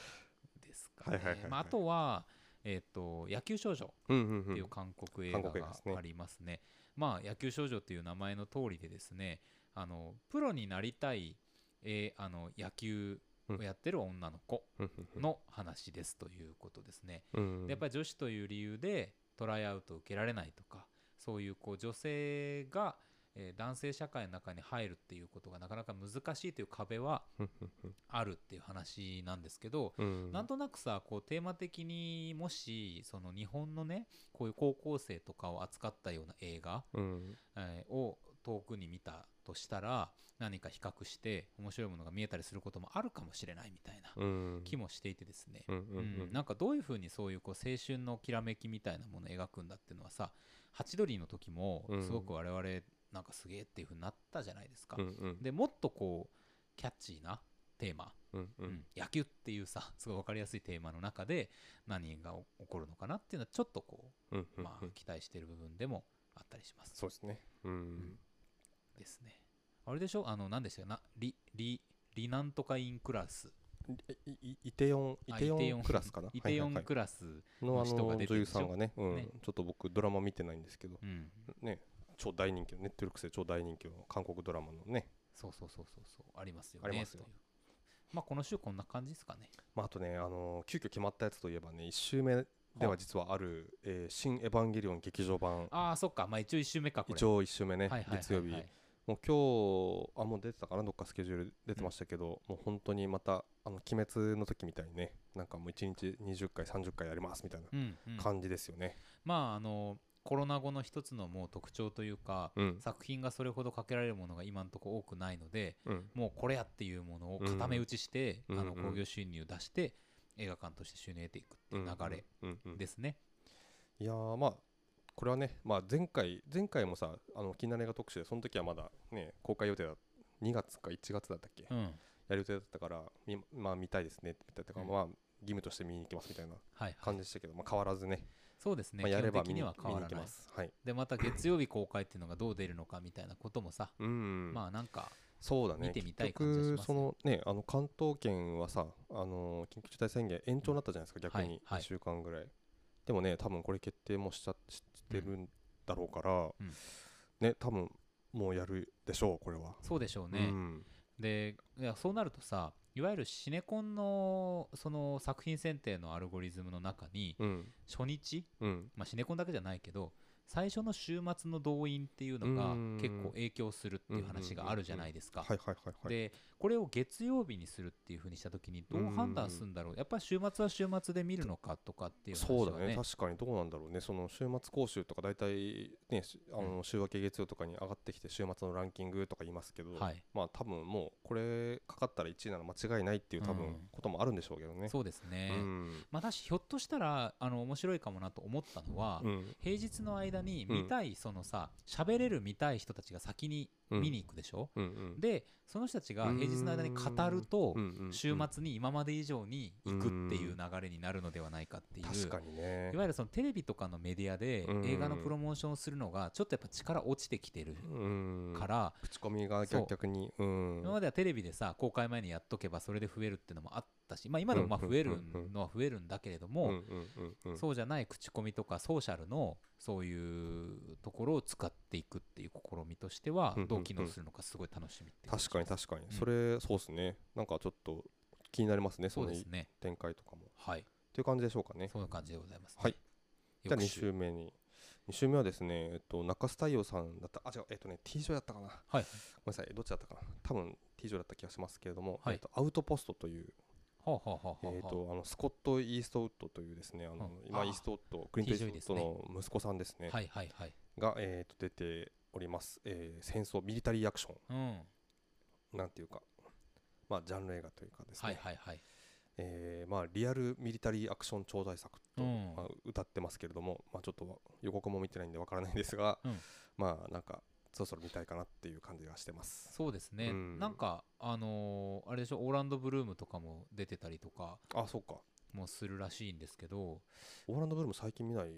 Speaker 1: すかね
Speaker 2: はいはいはいは。い
Speaker 1: まああとは、えっと「野球少女」
Speaker 2: うんうんう
Speaker 1: っ
Speaker 2: ん
Speaker 1: ていう韓国映画
Speaker 2: 韓国映画
Speaker 1: が
Speaker 2: ですね
Speaker 1: ありますね。まあ野球少女っていう名前の通りでですねあのプロになりたい、えーあの野球をやってる女の子
Speaker 2: うんうん
Speaker 1: の話ですということですね。
Speaker 2: うん
Speaker 1: でやっぱり女子という理由でトライアウトを受けられないとかそういうこう女性が、えー男性社会の中に入るっていうことがなかなか難しいという壁は
Speaker 2: うんうんうん
Speaker 1: あるっていう話なんですけど、
Speaker 2: うん
Speaker 1: なんとなくさこうテーマ的にもしその日本のねこういう高校生とかを扱ったような映画、
Speaker 2: うん
Speaker 1: えーを遠くに見たとしたら何か比較して面白いものが見えたりすることもあるかもしれないみたいな
Speaker 2: うん
Speaker 1: 気もしていてですね、
Speaker 2: うんう
Speaker 1: うん
Speaker 2: ん
Speaker 1: なんかどういうふうにそういうこう青春のきらめきみたいなものを描くんだっていうのはさハチドリの時も
Speaker 2: うん
Speaker 1: すごく我々なんかすげえっていうふうになったじゃないですか、
Speaker 2: うんうん
Speaker 1: でもっとこうキャッチーなテーマ、
Speaker 2: うんう
Speaker 1: うんん野球っていうさすごい分かりやすいテーマの中で何が起こるのかなっていうのはちょっとこ
Speaker 2: うんう
Speaker 1: う、
Speaker 2: ん
Speaker 1: まあ、期待してる部分でもあったりします
Speaker 2: そうですねうん
Speaker 1: ですねあれでしょあの何でしたっけなリリリなんとかインクラス
Speaker 2: いいイテヨンイ
Speaker 1: あ
Speaker 2: テヨ
Speaker 1: イテヨ
Speaker 2: ン
Speaker 1: ン
Speaker 2: クラスかな
Speaker 1: イテヨ
Speaker 2: は
Speaker 1: ン
Speaker 2: いはいはい
Speaker 1: クラス、
Speaker 2: のあ
Speaker 1: 人が
Speaker 2: の
Speaker 1: 出て
Speaker 2: 女
Speaker 1: るで
Speaker 2: 優
Speaker 1: しょ
Speaker 2: さんがね、うん
Speaker 1: ね
Speaker 2: ちょっと僕ドラマ見てないんですけど、
Speaker 1: うん
Speaker 2: ね、超大人気のネットフリックスで超大人気の韓国ドラマのね、
Speaker 1: そうそうそうそうそうありますよね
Speaker 2: ありますよ
Speaker 1: というまあこの週こんな感じですかね
Speaker 2: まあ、あとね、あのー急遽決まったやつといえばね1週目では実はある「えー新エヴァンゲリオン」劇場版
Speaker 1: ああそっかまあ一応1週目かこれ
Speaker 2: 一応1週目ね、
Speaker 1: はいはいはいはい
Speaker 2: 月曜日もう今日あもう出てたかなどっかスケジュール出てましたけど、もう本当にまた「あの鬼滅」の時みたいにねなんかもう1日20回30回やりますみたいな
Speaker 1: うん、うん、
Speaker 2: 感じですよね。
Speaker 1: まああのコロナ後の一つのもう特徴というか、
Speaker 2: うん
Speaker 1: 作品がそれほどかけられるものが今のところ多くないので
Speaker 2: うん
Speaker 1: もうこれやっていうものを固め打ちして、
Speaker 2: うん
Speaker 1: あの
Speaker 2: うんうん
Speaker 1: 興行収入出して映画館として収入を得ていくっていう流れ
Speaker 2: うんうんうん
Speaker 1: ですね、
Speaker 2: いやーまあこれはね、まあ、前回前回もさあの金な映画特集でその時はまだね公開予定だ2月か1月だったっけ、
Speaker 1: うん
Speaker 2: やる予定だったからみまあ見たいですねって言ったから、
Speaker 1: うん
Speaker 2: まあ義務として見に行きますみたいな
Speaker 1: はいはい
Speaker 2: 感じでしたけど、まあ、変わらずね
Speaker 1: そうですね、
Speaker 2: まあ、やれば
Speaker 1: 基本的
Speaker 2: 見に
Speaker 1: には
Speaker 2: 見
Speaker 1: 変
Speaker 2: に
Speaker 1: わ
Speaker 2: 行
Speaker 1: ら
Speaker 2: き
Speaker 1: ない
Speaker 2: ますはい
Speaker 1: でまた月曜日公開っていうのがどう出るのかみたいなこともさ、
Speaker 2: うん
Speaker 1: まあなんか
Speaker 2: そうだね
Speaker 1: 見てみたい感じはしますね
Speaker 2: 結局そのねあの関東圏はさあのー緊急事態宣言延長になったじゃないですか、逆
Speaker 1: は
Speaker 2: に
Speaker 1: いはい
Speaker 2: 1週間ぐらい、でもね多分これ決定もしちゃしてるんだろうから、
Speaker 1: うん
Speaker 2: ね多分もうやるでしょうこれは
Speaker 1: そうでしょうね、
Speaker 2: うん
Speaker 1: でいやそうなるとさいわゆるシネコンのその作品選定のアルゴリズムの中に
Speaker 2: うん
Speaker 1: 初日、
Speaker 2: うん
Speaker 1: まあ、シネコンだけじゃないけど最初の週末の動員っていうの
Speaker 2: う
Speaker 1: が
Speaker 2: ん
Speaker 1: 結構影響するっていう話があるじゃないですか
Speaker 2: はい。はいはいはい
Speaker 1: でこれを月曜日にするっていうふうにした時にどう判断するんだろうやっぱり週末は週末で見るのかとかっていう話
Speaker 2: そう
Speaker 1: は
Speaker 2: だね確かにどうなんだろうねその週末講習とか大体ねしあの週明け月曜とかに上がってきて週末のランキングとか言いますけど、
Speaker 1: はい
Speaker 2: まあ多分もうこれかかったら1位なら間違いないっていう多
Speaker 1: う
Speaker 2: 分
Speaker 1: ん
Speaker 2: こともあるんでしょうけどね。
Speaker 1: そうです
Speaker 2: う
Speaker 1: ね、
Speaker 2: ん
Speaker 1: まあ、私ひょっとしたらあの面白いかもなと思ったのは、
Speaker 2: うん
Speaker 1: 平日の間に
Speaker 2: うん
Speaker 1: 見たいそのさ喋れる見たい人たちが先に
Speaker 2: うん
Speaker 1: 見に行くでしょ、
Speaker 2: うんうん
Speaker 1: でその人たちが平日の間に語ると
Speaker 2: うんうんうん
Speaker 1: 週末に今まで以上に行くっていう流れになるのではないかっていう
Speaker 2: 確かにね
Speaker 1: いわゆるそのテレビとかのメディアで
Speaker 2: うん
Speaker 1: 映画のプロモーションをするのがちょっとやっぱ力落ちてきてる
Speaker 2: うん
Speaker 1: から
Speaker 2: 口コミが逆逆にうん
Speaker 1: 今まではテレビでさ公開前にやっとけばそれで増えるっていうのもあったしまあ今でもまあ増えるのは増えるんだけれども、
Speaker 2: うんうんうんうん
Speaker 1: そうじゃない口コミとかソーシャルのそういうところを使っていくっていう試みとしては
Speaker 2: うんうんうん
Speaker 1: どう機能するのかすごい楽しみっていう
Speaker 2: 確かに確かに、
Speaker 1: ん
Speaker 2: それそうですねなんかちょっと気になりますね
Speaker 1: そ
Speaker 2: そうの
Speaker 1: ですね
Speaker 2: 展開とかも。
Speaker 1: はい
Speaker 2: という感じでしょうかね。
Speaker 1: そんな感じでございます、ね、
Speaker 2: はいじゃあ
Speaker 1: 翌
Speaker 2: 2週目に2週目はですね、えっと、中須太陽さんだったあ違うえっとね T 上だったかなごめ
Speaker 1: はい
Speaker 2: んなさいどっちだったかな多分 T 上だった気がしますけれども、
Speaker 1: はい
Speaker 2: えっと、アウトポストという、
Speaker 1: ほうほうほうほう
Speaker 2: えっ
Speaker 1: ほう
Speaker 2: とあのスコット・イーストウッドというですねあの、
Speaker 1: うん
Speaker 2: 今
Speaker 1: あー
Speaker 2: イーストウッドクリント・
Speaker 1: T
Speaker 2: イース
Speaker 1: 上です
Speaker 2: トウ
Speaker 1: ね
Speaker 2: ッドの息子さんですね
Speaker 1: はいはいはい
Speaker 2: が、えっと出ております、えー戦争ミリタリーアクショ
Speaker 1: うん
Speaker 2: ンなんていうかまあジャンル映画というかですね、
Speaker 1: はいはいはい
Speaker 2: えーまあ、リアルミリタリーアクション超大作と、
Speaker 1: うん
Speaker 2: まあ、歌ってますけれども、まあ、ちょっとわ予告も見てないんでわからないんですが、
Speaker 1: うん
Speaker 2: まあなんかそろそろ見たいかなっていう感じがしてます。
Speaker 1: そうですね、
Speaker 2: うん
Speaker 1: なんかあのーあれでしょオーランド・ブルームとかも出てたりとか
Speaker 2: あそうか
Speaker 1: もするらしいんですけど、
Speaker 2: オーランド・ブルーム最近見ない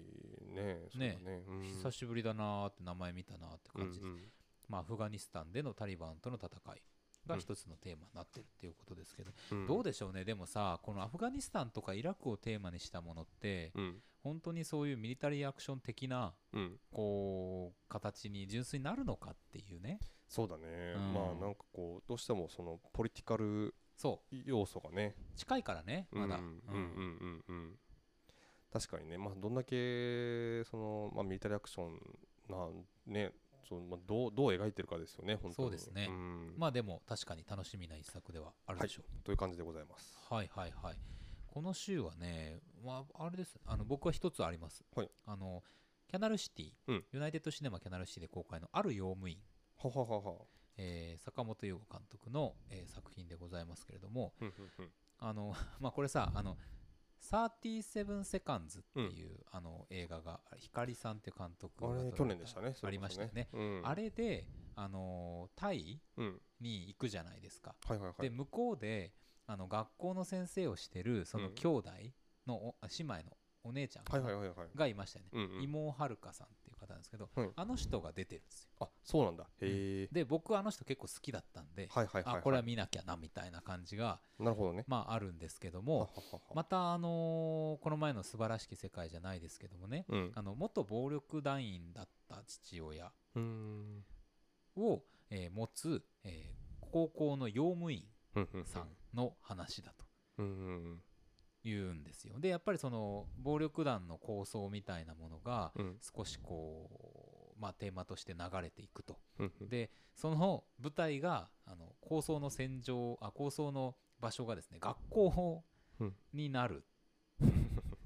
Speaker 2: ねそうだねうん
Speaker 1: 久しぶりだなーって名前見たなーって感じで
Speaker 2: うんうん
Speaker 1: まあ、アフガニスタンでのタリバンとの戦い
Speaker 2: う
Speaker 1: が
Speaker 2: ん
Speaker 1: 一つのテーマになってるっていうことですけど、
Speaker 2: ん
Speaker 1: どうでしょうねでもさこのアフガニスタンとかイラクをテーマにしたものって、
Speaker 2: うん
Speaker 1: 本当にそういうミリタリーアクション的な
Speaker 2: うん
Speaker 1: こう形に純粋になるのかっていうね
Speaker 2: そうだね、
Speaker 1: うん
Speaker 2: まあなんかこうどうしてもそのポリティカル
Speaker 1: そ
Speaker 2: 要素がね
Speaker 1: う近いからねまだ、
Speaker 2: う
Speaker 1: う
Speaker 2: んうんんうんうんうん確かにね、まあ、どんだけその、まあ、ミリタリーアクションなねそのまあ、どうどう描いてるかですよね、本当に
Speaker 1: そうですね
Speaker 2: ん
Speaker 1: まあでも確かに楽しみな一作ではあるでしょ
Speaker 2: という感じでございます。
Speaker 1: う、はい、はいはいこの週はね、まあ、あれですあの僕は一つあります、
Speaker 2: はい
Speaker 1: あのキャナルシティ、
Speaker 2: うん
Speaker 1: ユナイテッドシネマキャナルシティで公開のある用務員
Speaker 2: はははは。
Speaker 1: えー坂本優吾監督の、えー作品でございますけれども
Speaker 2: ふんふんふん
Speaker 1: あの、 まあ、これさあの37セカンズっていう、あの映画が光さんっていう監督が
Speaker 2: あ
Speaker 1: 撮ら
Speaker 2: れ
Speaker 1: た
Speaker 2: 去年でしたね。そ
Speaker 1: あ
Speaker 2: れ
Speaker 1: り
Speaker 2: こ
Speaker 1: ま
Speaker 2: そ
Speaker 1: したよね、
Speaker 2: うん
Speaker 1: あれで、あのータイ
Speaker 2: うん。
Speaker 1: に行くじゃないですか。
Speaker 2: はいはいはい。
Speaker 1: で向こうであの学校の先生をしてるその
Speaker 2: うん
Speaker 1: 兄弟のお、あ姉妹のお姉ちゃんか
Speaker 2: はい
Speaker 1: な
Speaker 2: はいはいはい。
Speaker 1: がいましたよね。
Speaker 2: うんうん。
Speaker 1: 妹はるかさんっていう方なんですけど、
Speaker 2: はい
Speaker 1: あの人が出てるんですよ。
Speaker 2: あそうなんだ。へえ。
Speaker 1: で僕はあの人結構好きだったんで、
Speaker 2: はいはいはいい。
Speaker 1: あこれは見なきゃなみたいな感じが、
Speaker 2: なるほどね。
Speaker 1: まあ、あるんですけど
Speaker 2: はは
Speaker 1: も
Speaker 2: はは
Speaker 1: また、あのーこの前の「素晴らしき世界」じゃないですけどもね
Speaker 2: うん。
Speaker 1: あの元暴力団員だった父親
Speaker 2: うーん。
Speaker 1: を、えー持つ、えー高校の用務員
Speaker 2: うんうんうん
Speaker 1: さんの話だと
Speaker 2: うんうん
Speaker 1: いうんですよ。でやっぱりその暴力団の構想みたいなものが
Speaker 2: うん。うん
Speaker 1: 少しこう、まあ、テーマとして流れていくと。
Speaker 2: うんうん。
Speaker 1: でその舞台があの構想の戦場あ構想の場所がですね学校
Speaker 2: うん
Speaker 1: にな る、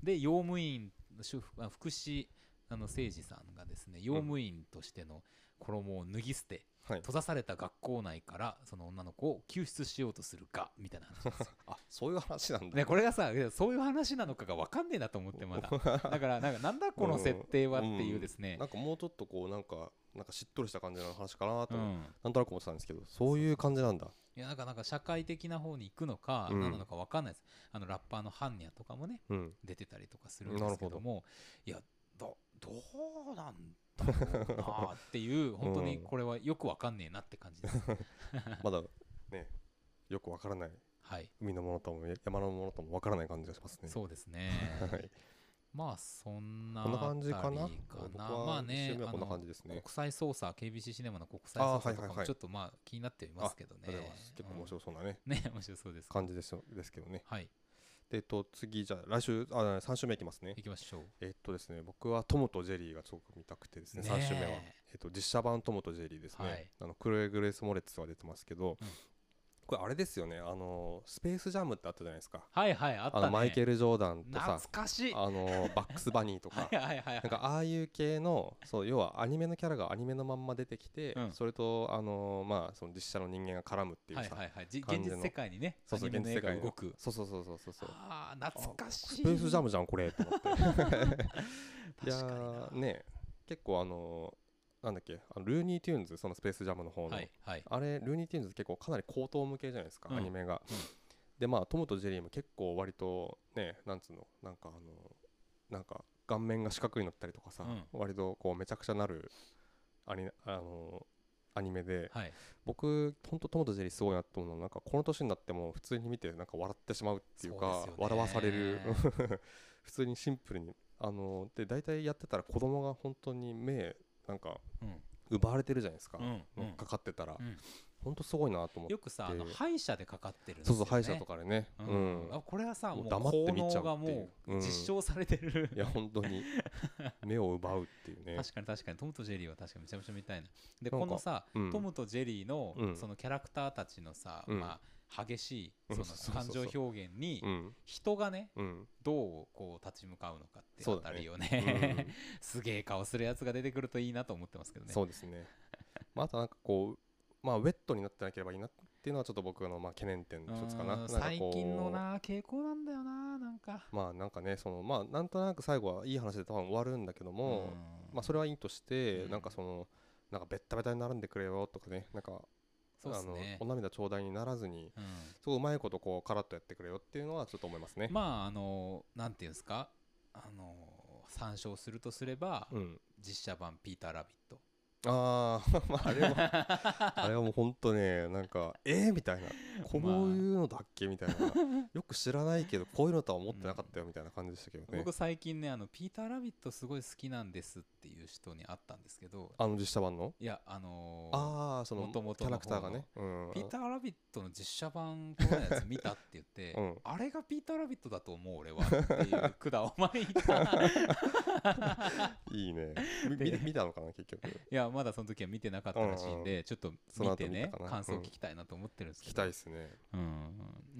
Speaker 1: で用務員の主婦あ福祉あの誠司さんがですね用務員としての衣を脱ぎ捨て、
Speaker 2: はい。
Speaker 1: 閉ざされた学校内からその女の子を救出しようとするがみたいな話なんですよ
Speaker 2: あそういう話なんだ。
Speaker 1: ね、これがさいやそういう話なのかが分かんねえなと思って まだだからなんかなんだこの設定はっていうですね、
Speaker 2: なんかもうちょっとこうなんかなんかしっとりした感じの話かなと、
Speaker 1: うん
Speaker 2: なんとなく思ってたんですけど、そういう感じなんだ。
Speaker 1: いやなんかなんか社会的な方に行くのか、
Speaker 2: うん
Speaker 1: 何なのか分かんないですあのラッパーのハンニャとかもね
Speaker 2: うん。
Speaker 1: 出てたりとかするんですけどもいやどどうなんだろうなって いう本当にこれはよく分かんねえなって感じです
Speaker 2: まだねよくわからない
Speaker 1: はい
Speaker 2: 海のものとも山のものともわからない感じがしますね。
Speaker 1: そうですね
Speaker 2: はい。
Speaker 1: まあそんな
Speaker 2: こんな感じかな
Speaker 1: あたり
Speaker 2: 僕は
Speaker 1: まあ
Speaker 2: 一
Speaker 1: ね
Speaker 2: 周目はこんな
Speaker 1: あの
Speaker 2: 感じですね
Speaker 1: 国際捜査 KBC シネマの国際
Speaker 2: あ
Speaker 1: 捜
Speaker 2: ーは
Speaker 1: 査
Speaker 2: い
Speaker 1: と
Speaker 2: はい
Speaker 1: か
Speaker 2: は
Speaker 1: も
Speaker 2: い
Speaker 1: ちょっとまあ気になっていますけどね
Speaker 2: ありがとうございます。結構面白そうなね、
Speaker 1: うんね面白そうです
Speaker 2: 感じですよですけどね。
Speaker 1: はい
Speaker 2: でえっと次じゃあ来週あ三週目いきますね
Speaker 1: 行。きましょう
Speaker 2: えっとですね僕はトムとジェリーがすごく見たくてですね
Speaker 1: ねえ
Speaker 2: 三週目はえっと実写版トムとジェリーですね。
Speaker 1: はい
Speaker 2: あのクロエグレースモレッツが出てますけど、
Speaker 1: うん
Speaker 2: これあれですよねあのスペースジャムってあったじゃないですか。
Speaker 1: はいはいあった
Speaker 2: あ
Speaker 1: ね
Speaker 2: のマイケル・ジョーダンと
Speaker 1: 懐
Speaker 2: さ
Speaker 1: かしい
Speaker 2: あのバックス・バニーとか
Speaker 1: はいはいはいはい
Speaker 2: なんかああいう系のそう要はアニメのキャラがアニメのまんま出てきて、
Speaker 1: うん
Speaker 2: それとあのまあその実写の人間が絡むっていう
Speaker 1: はい
Speaker 2: さ、
Speaker 1: はいはいじ
Speaker 2: 感
Speaker 1: 現
Speaker 2: じ
Speaker 1: 実
Speaker 2: の
Speaker 1: 世界にね
Speaker 2: そうそう
Speaker 1: アニメの
Speaker 2: 現実世界
Speaker 1: 絵
Speaker 2: の
Speaker 1: が動く
Speaker 2: そうそうそうそうそうそう
Speaker 1: ああ懐かしい
Speaker 2: スペースジャムじゃんこれと思っていや
Speaker 1: 確かにな
Speaker 2: ーね結構あのなんだっけあのルーニー・テューンズそのスペースジャムの方の、
Speaker 1: はいはい
Speaker 2: あれルーニー・テューンズ結構かなり高等向けじゃないですか、
Speaker 1: うん
Speaker 2: アニメが、でまあトムとジェリーも結構割とねなんつうのなんかあのなんか顔面が四角になったりとかさ、
Speaker 1: う
Speaker 2: 割とこうめちゃくちゃなるアニあのアニメで
Speaker 1: はい
Speaker 2: 僕ほんとトムとジェリーすごいなと思うのはなんかこの年になっても普通に見てなんか笑ってしまうっていうか
Speaker 1: そうですよね
Speaker 2: 笑わされる 普通にシンプルにあので大体やってたら子供が本当に目なんか
Speaker 1: うん
Speaker 2: 奪われてるじゃないですか、
Speaker 1: うんう
Speaker 2: 乗っ
Speaker 1: ん
Speaker 2: かかってたら、
Speaker 1: うん
Speaker 2: ほんとすごいなと思って
Speaker 1: よくさあの
Speaker 2: で
Speaker 1: 歯医者でかかってるんです
Speaker 2: そ
Speaker 1: よね
Speaker 2: うそう歯医者とかでねう、
Speaker 1: うんんあこれはさ
Speaker 2: も
Speaker 1: も
Speaker 2: う
Speaker 1: う
Speaker 2: 黙って見ちゃ
Speaker 1: 効能
Speaker 2: うっていう
Speaker 1: がもう
Speaker 2: うん
Speaker 1: 実証されてる
Speaker 2: いや本当 に目を奪うっていうね
Speaker 1: 確かに確かにトムとジェリーは確かにめちゃめちゃ見たいな
Speaker 2: な
Speaker 1: で
Speaker 2: んか
Speaker 1: このさ
Speaker 2: うん
Speaker 1: トムとジェリーの
Speaker 2: うん
Speaker 1: そのキャラクターたちのさ
Speaker 2: うん
Speaker 1: まあ激しい
Speaker 2: うん
Speaker 1: その
Speaker 2: そうそう
Speaker 1: 感
Speaker 2: そう
Speaker 1: 情表現に
Speaker 2: うん
Speaker 1: 人がね
Speaker 2: うん
Speaker 1: どうこう立ち向かうのかって
Speaker 2: そ
Speaker 1: あ
Speaker 2: うだ
Speaker 1: た
Speaker 2: ね
Speaker 1: りよ
Speaker 2: う
Speaker 1: ね
Speaker 2: ん
Speaker 1: すげえ顔するやつが出てくるといいなと思ってますけどね
Speaker 2: そうですね。まあ、あとなんかこう、まあ、ウェットになってなければいいなっていうのはちょっと僕のまあ懸念点の一つかな。
Speaker 1: う
Speaker 2: なん
Speaker 1: ん
Speaker 2: か
Speaker 1: 最
Speaker 2: こう
Speaker 1: 近のな傾向なんだよななんか
Speaker 2: まあなんかねそのまあなんとなく最後はいい話で多分終わるんだけど
Speaker 1: う
Speaker 2: も、
Speaker 1: ん
Speaker 2: まあそれはいいとして、
Speaker 1: うん
Speaker 2: なんかそのなんかベッタベタに並んでくれよとかねなんか、
Speaker 1: そうですね
Speaker 2: あのお涙ちょうだいにならずに
Speaker 1: うん
Speaker 2: すごいうまいことこうカラッとやってくれよっていうのはちょっと思いますね。
Speaker 1: まああのなんていうんですかあの参照するとすれば、
Speaker 2: うん、
Speaker 1: 実写版「ピーター・ラビット
Speaker 2: あー まああ れはあれはもうほんとねなんかえー、みたいなこういうのだっけみたいな よく知らないけどこういうのとは思ってなかったよみたいな感じでしたけど」ね、
Speaker 1: 僕最近ねあの「ピーター・ラビットすごい好きなんです」っていう人に会ったんですけど
Speaker 2: あの実写版の
Speaker 1: いやあの
Speaker 2: ああその
Speaker 1: 元々の
Speaker 2: キャラクターがね、うん、
Speaker 1: ピーター・ラビットの実写版このやつ見たって言って、
Speaker 2: うん
Speaker 1: あれがピーター・ラビットだと思う俺はっていう管を前に言った
Speaker 2: いいねみ見
Speaker 1: で
Speaker 2: 見たのかな結局
Speaker 1: いやまだその時は見てなかったらしいんでちょっと
Speaker 2: その
Speaker 1: 見
Speaker 2: 後
Speaker 1: て
Speaker 2: 見
Speaker 1: ね
Speaker 2: たかな
Speaker 1: 感想
Speaker 2: うん
Speaker 1: 聞きたいなと思ってるんです
Speaker 2: 聞き
Speaker 1: け
Speaker 2: た
Speaker 1: ど
Speaker 2: いですね
Speaker 1: うんうん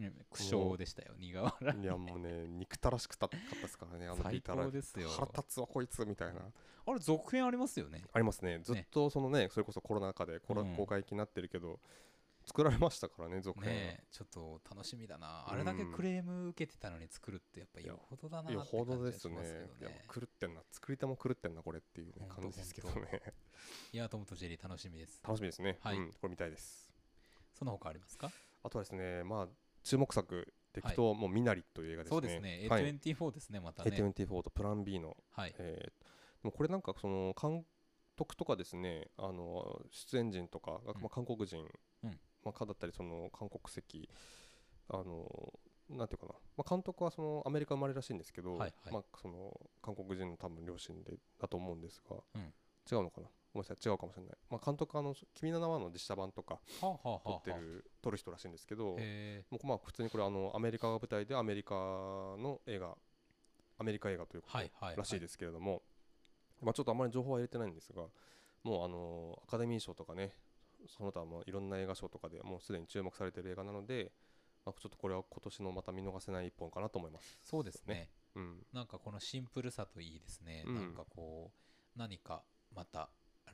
Speaker 1: うん苦笑でしたよ苦笑い
Speaker 2: いやもうね憎たらしくたかったですからねあの
Speaker 1: 最
Speaker 2: ビタラ
Speaker 1: 高ですよ
Speaker 2: 腹立つわこいつみたいな
Speaker 1: あれ続編ありますよね
Speaker 2: ありますねずっとそのねそれこそコロナ禍でコロ
Speaker 1: うん
Speaker 2: 公開期になってるけど作られましたからね続編
Speaker 1: ねえちょっと楽しみだなあれだけ
Speaker 2: うん
Speaker 1: クレーム受けてたのに作るってやっぱよほどだなっ
Speaker 2: い
Speaker 1: て
Speaker 2: や
Speaker 1: 感
Speaker 2: ほど
Speaker 1: じ
Speaker 2: で
Speaker 1: が
Speaker 2: す
Speaker 1: し
Speaker 2: ね
Speaker 1: ますけど
Speaker 2: いや
Speaker 1: ね
Speaker 2: 狂ってんな作り手も狂ってんなこれっていうね
Speaker 1: ほんと
Speaker 2: 感じですけど
Speaker 1: ほん
Speaker 2: ね
Speaker 1: いやトムとジェリー楽しみです
Speaker 2: 楽しみですね、
Speaker 1: はい
Speaker 2: うん、これ見たいです
Speaker 1: その他ありますか
Speaker 2: あとはですねまあ注目作でいくと、もう「ミナリ」という映画ですね
Speaker 1: そうですね
Speaker 2: はい
Speaker 1: A24 ですねまたね
Speaker 2: A24 と「プラン B の」
Speaker 1: はい
Speaker 2: えーでもこれなんかその監督とかですねあの出演陣とか、が
Speaker 1: うん
Speaker 2: まあ、韓国人、
Speaker 1: うん
Speaker 2: まあ、かだったりその韓国籍あのなんていうかな、まあ、監督はそのアメリカ生まれらしいんですけど、
Speaker 1: はいはい
Speaker 2: まあ、その韓国人の多分両親でだと思うんですが、
Speaker 1: うん
Speaker 2: 違うのかなごめんなさい違うかもしれない、まあ、監督はあの「君の名は」の実写版とか
Speaker 1: はあはあはあ
Speaker 2: 撮
Speaker 1: は
Speaker 2: って
Speaker 1: あ
Speaker 2: る撮る人らしいんですけど
Speaker 1: へえ
Speaker 2: もうまあ普通にこれあのアメリカが舞台でアメリカの映画アメリカ映画ということ
Speaker 1: は
Speaker 2: で
Speaker 1: いはい
Speaker 2: らしい
Speaker 1: す
Speaker 2: ですけれども、まあ、ちょっとあまり情報は入れてないんですがもうあのアカデミー賞とかねその他もいろんな映画賞とかでもうすでに注目されている映画なので、まあ、ちょっとこれは今年のまた見逃せない一本かなと思います。
Speaker 1: そうですね
Speaker 2: うん、
Speaker 1: なんかこのシンプルさといいですね
Speaker 2: うん
Speaker 1: なんかこう何かまた